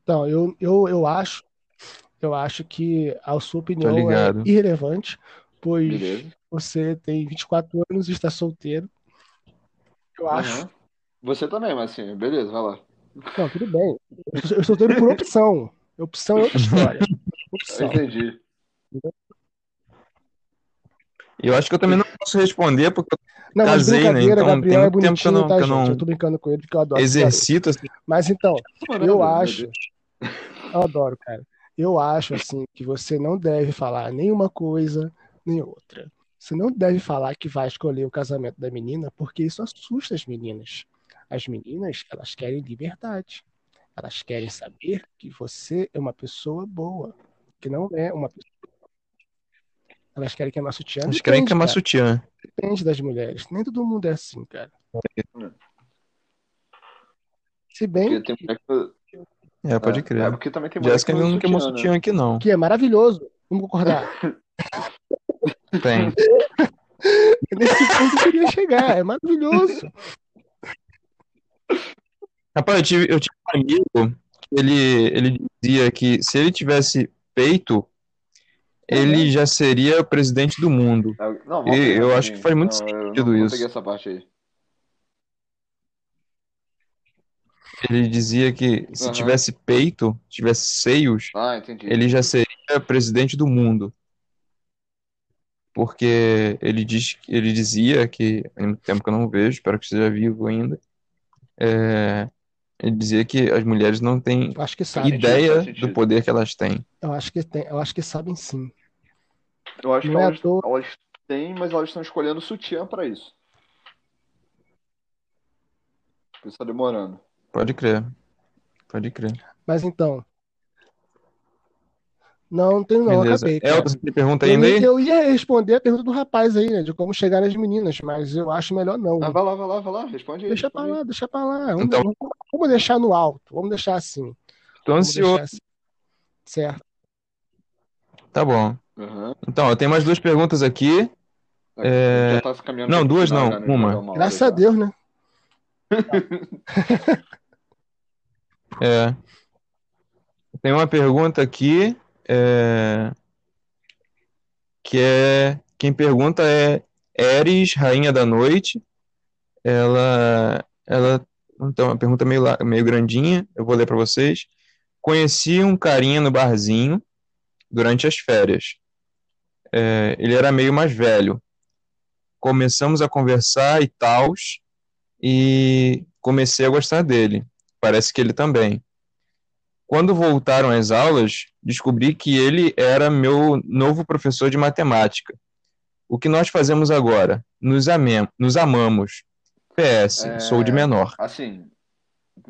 Então, eu, eu, eu acho, eu acho que a sua opinião é
ligado.
irrelevante, pois
Beleza.
você tem 24 anos e está solteiro. Eu acho.
Aham. Você também, mas assim, beleza, vai lá.
Não, tudo bem. Eu sou eu sou solteiro por opção. Opção é outra história.
Eu
Opção.
é.
entendi.
Eu acho que eu também não posso responder porque
Não, mas
Casei, né?
brincadeira,
Então,
Gabriel
tem
é
muito tempo que
bonitinho,
eu não-
tá,
que eu não
gente? Eu tô brincando com ele porque eu adoro.
exercito assim,
Mas então,
Meu
Eu acho.
Deus.
Eu adoro, cara. Eu acho, assim, que você não deve falar nenhuma coisa nem outra. Você não deve falar que vai escolher o casamento da menina, porque isso assusta as meninas. As meninas, elas querem liberdade. Elas querem saber que você é uma pessoa boa, que não é uma pessoa. Elas querem queimar sutiã.
eles querem
É Depende,
queimar
cara.
sutiã.
Depende das mulheres. Nem todo mundo é assim, cara. Se bem
Porque tem mulher que-
É, pode
é,
crer.
É porque também tem mulher
Jéssica
que
ainda não queimou
né?
sutiã aqui, não.
que é maravilhoso, vamos concordar.
Tem.
É Nesse ponto que eu queria chegar, é maravilhoso.
Rapaz, eu tive, eu tive um amigo que ele, ele dizia que se ele tivesse peito, ele já seria o presidente do mundo.
É, Não,
E eu acho que faz muito sentido
eu não
isso.
peguei essa parte aí.
Ele dizia que se
Aham.
tivesse peito, tivesse seios,
Ah, entendi.
ele já seria presidente do mundo. Porque ele diz, ele dizia que, há muito tempo que eu não vejo, espero que esteja vivo ainda, é, ele dizia que as mulheres não têm
Eu acho que
Faz
sabem.
sentido,
ideia
faz sentido.
do poder que elas têm.
Eu acho que tem, eu acho que sabem sim.
Eu acho
Não
que
é à
elas,
toa.
elas têm, mas elas estão escolhendo sutiã pra isso. Por isso tá demorando.
Pode crer. Pode crer.
Mas então. Não, não tem não,
Beleza.
É,
acabei, cara.
Elton, você tem pergunta
Eu,
ainda aí?
eu ia responder a pergunta do rapaz aí, né? De como chegar nas meninas, mas eu acho melhor não.
Ah, vai lá, vai lá, vai lá. Responde aí.
Deixa pra
responde
lá, deixa pra lá. Vamos,
Então-
vamos- vamos deixar no alto. Vamos deixar assim.
Tô
Vamos
ansioso.
deixar assim. Certo.
Tá bom.
aí. Aham.
Então, eu tenho mais duas perguntas aqui.
É,
Já tá se caminhando
Não,
pro
duas
final,
não,
cara,
uma.
já deu hora
Graças a
já.
Deus, né?
É, tem uma pergunta aqui. é, Que é. Quem pergunta é Eris, Rainha da Noite. Ela. Ela. Então, uma pergunta meio, la- meio grandinha. Eu vou ler pra vocês. Conheci um carinha no barzinho durante as férias. É, ele era meio mais velho. Começamos a conversar e tals. E comecei a gostar dele. Parece que ele também. Quando voltaram às aulas, descobri que ele era meu novo professor de matemática. O que nós fazemos agora? Nos, amem- nos amamos. PS,
É.
sou de menor.
Assim,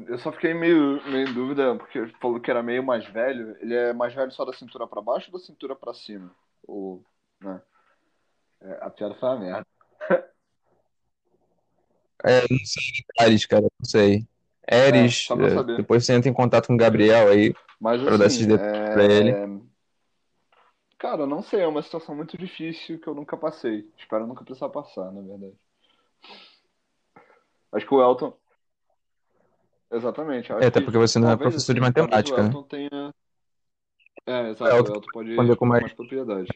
eu só fiquei meio, meio em dúvida, porque falou que era meio mais velho. Ele é mais velho só da cintura pra baixo ou da cintura pra cima? Ou, né? É, a piada foi uma merda.
É, não sei detalhes, cara, não sei. Eres,
É, só pra
é,
saber.
depois você entra em contato com o Gabriel aí.
Mas
Pra dar esses
assim,
detalhes pra ele.
Cara, eu não sei, é uma situação muito difícil que eu nunca passei. Espero nunca precisar passar, na verdade. Acho que o Elton. Exatamente. acho
É, até
que
porque você não é
talvez,
professor de
assim, talvez
matemática,
O
né?
Elton tenha. É, exato,
Elton
o Elton pode
responder com mais-
mais propriedade.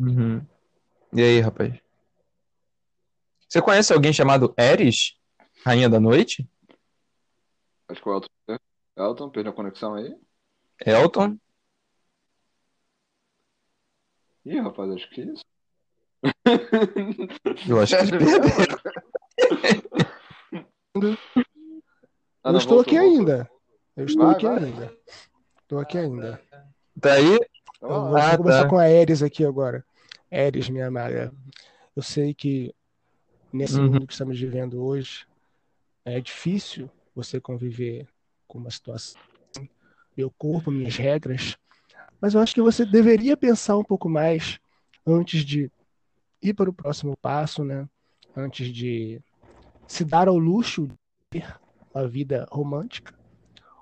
é
Uhum. E aí, rapaz? Você conhece alguém chamado Eris? Rainha da Noite?
Acho que o Elton. Elton, perdeu a conexão aí?
Elton?
Ih, rapaz, acho que é isso.
Eu acho que ele
Sério
perdeu.
mesmo? Ah,
Eu
não,
estou
voltou,
aqui
voltou.
ainda. Eu estou
Vai,
aqui
vai.
ainda. Estou aqui ainda.
Tá aí?
Então,
Eu
vai
vou, vou
lá.
Ah,
conversar
tá.
com a Eris aqui agora. Eris, minha amada, eu sei que nesse
Uhum.
mundo que estamos vivendo hoje é difícil você conviver com uma situação, meu corpo, minhas regras, mas eu acho que você deveria pensar um pouco mais antes de ir para o próximo passo, né? Antes de se dar ao luxo de ter uma vida romântica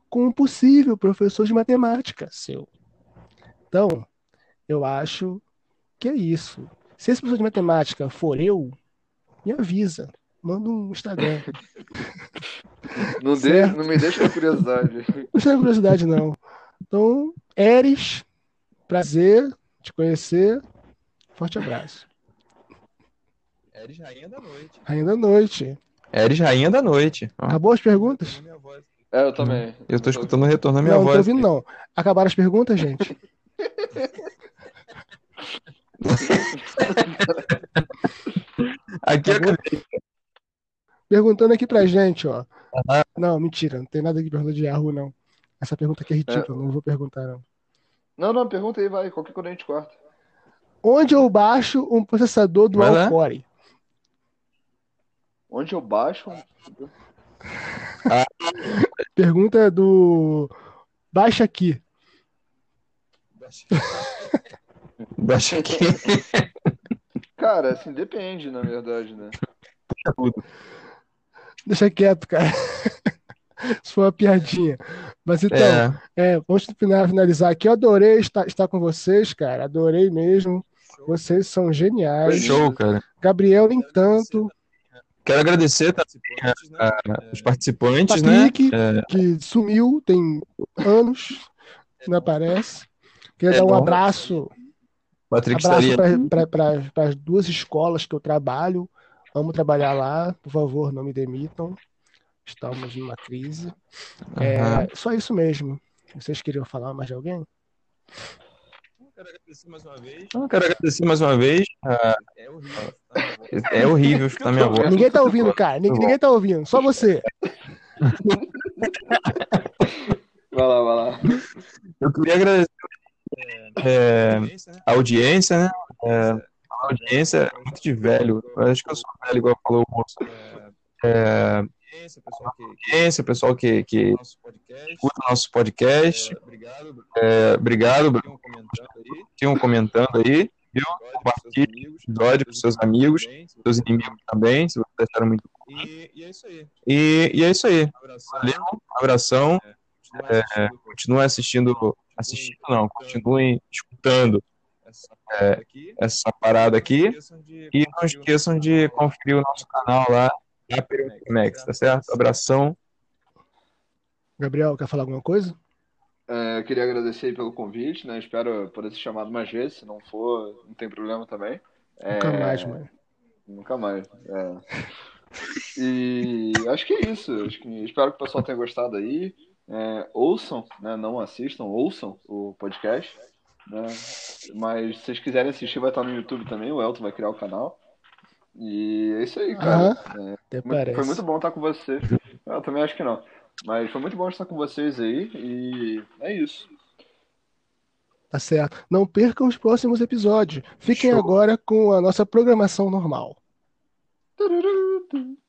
com um possível professor de matemática seu. Então, eu acho que é isso. Se esse professor de matemática for eu, me avisa. Manda um Instagram.
Não, de-
Certo.
não me deixa com curiosidade.
Não tem curiosidade, não. Então, Eres, prazer te conhecer. Forte abraço.
Eris, Rainha da Noite.
Ainda à noite.
Eris, Rainha da Noite. Ó,
Acabou as Ah, perguntas?
É, eu também.
Eu tô escutando o retorno da minha
não, não tô
voz.
ouvindo, não. Acabaram as perguntas, gente?
Aqui é eu
Acabou?
acabei
Perguntando aqui pra gente, ó. Não, mentira. Não tem nada que pergunta de Yahoo, não. Essa pergunta aqui é ridícula. Não vou perguntar, não.
Não, não, pergunta aí, vai. Qualquer coisa a gente corta.
Onde eu baixo um processador do
Vai lá.
Alcore?
Onde eu baixo?
Pergunta do. Baixa aqui.
Baixa aqui.
Cara, assim, depende, na verdade, né?
Deixa quieto, cara. Isso foi uma piadinha. Mas então.
É.
É, vamos fina- finalizar aqui. Eu adorei esta- estar, com vocês, cara. Adorei mesmo. Vocês são geniais.
Show, cara.
Gabriel, nem tanto.
Quero agradecer tá, a- a- os participantes, né?
Patrick,
É,
que sumiu, tem anos, não aparece. Queria
É
dar um
bom.
abraço,
Patrick
abraço
estaria.
para as duas escolas que eu trabalho. Amo trabalhar lá. Por favor, não me demitam. Estamos numa crise. É,
Aham.
só isso mesmo. Vocês queriam falar mais de alguém?
Então, quero agradecer mais uma vez. ah, É horrível escutar minha voz.
Ninguém tá ouvindo, cara. Ninguém, ninguém tá ouvindo. Só você.
Vai lá, vai lá.
Eu queria agradecer é, a audiência, né? É, a audiência é muito de velho. Eu acho que eu sou velho, igual falou o moço. É, audiência, pessoal que, que escuta nosso podcast. É, obrigado, Bruno. Tinham comentando aí. Viu? Compartilhe o episódio com seus amigos, seus inimigos também, se vocês acharam muito bom. é E, e é isso aí. Valeu, abração. É, continuem assistindo, assistindo não, continuem escutando é, essa parada aqui. E não esqueçam de conferir o nosso canal lá, na Periconex, tá certo? Abração.
Gabriel, quer falar alguma coisa?
É, eu queria agradecer aí pelo convite, né? Espero poder ser chamado mais vezes. Se não for, não tem problema também. É,
Nunca mais, mano.
Nunca mais. é. E acho que é isso. Acho que- espero que o pessoal tenha gostado aí. É, ouçam, né? Não assistam, ouçam o podcast. né? Mas se vocês quiserem assistir, vai estar no YouTube também. O Elton vai criar o canal. E é isso aí, cara. É,
Até
muito-
parece.
foi muito bom estar com você. Eu também acho que não. Mas foi muito bom estar com vocês aí. E é isso.
Tá certo. Não percam os próximos episódios. Fiquem
Show.
agora com a nossa programação normal.
Tururu, tu.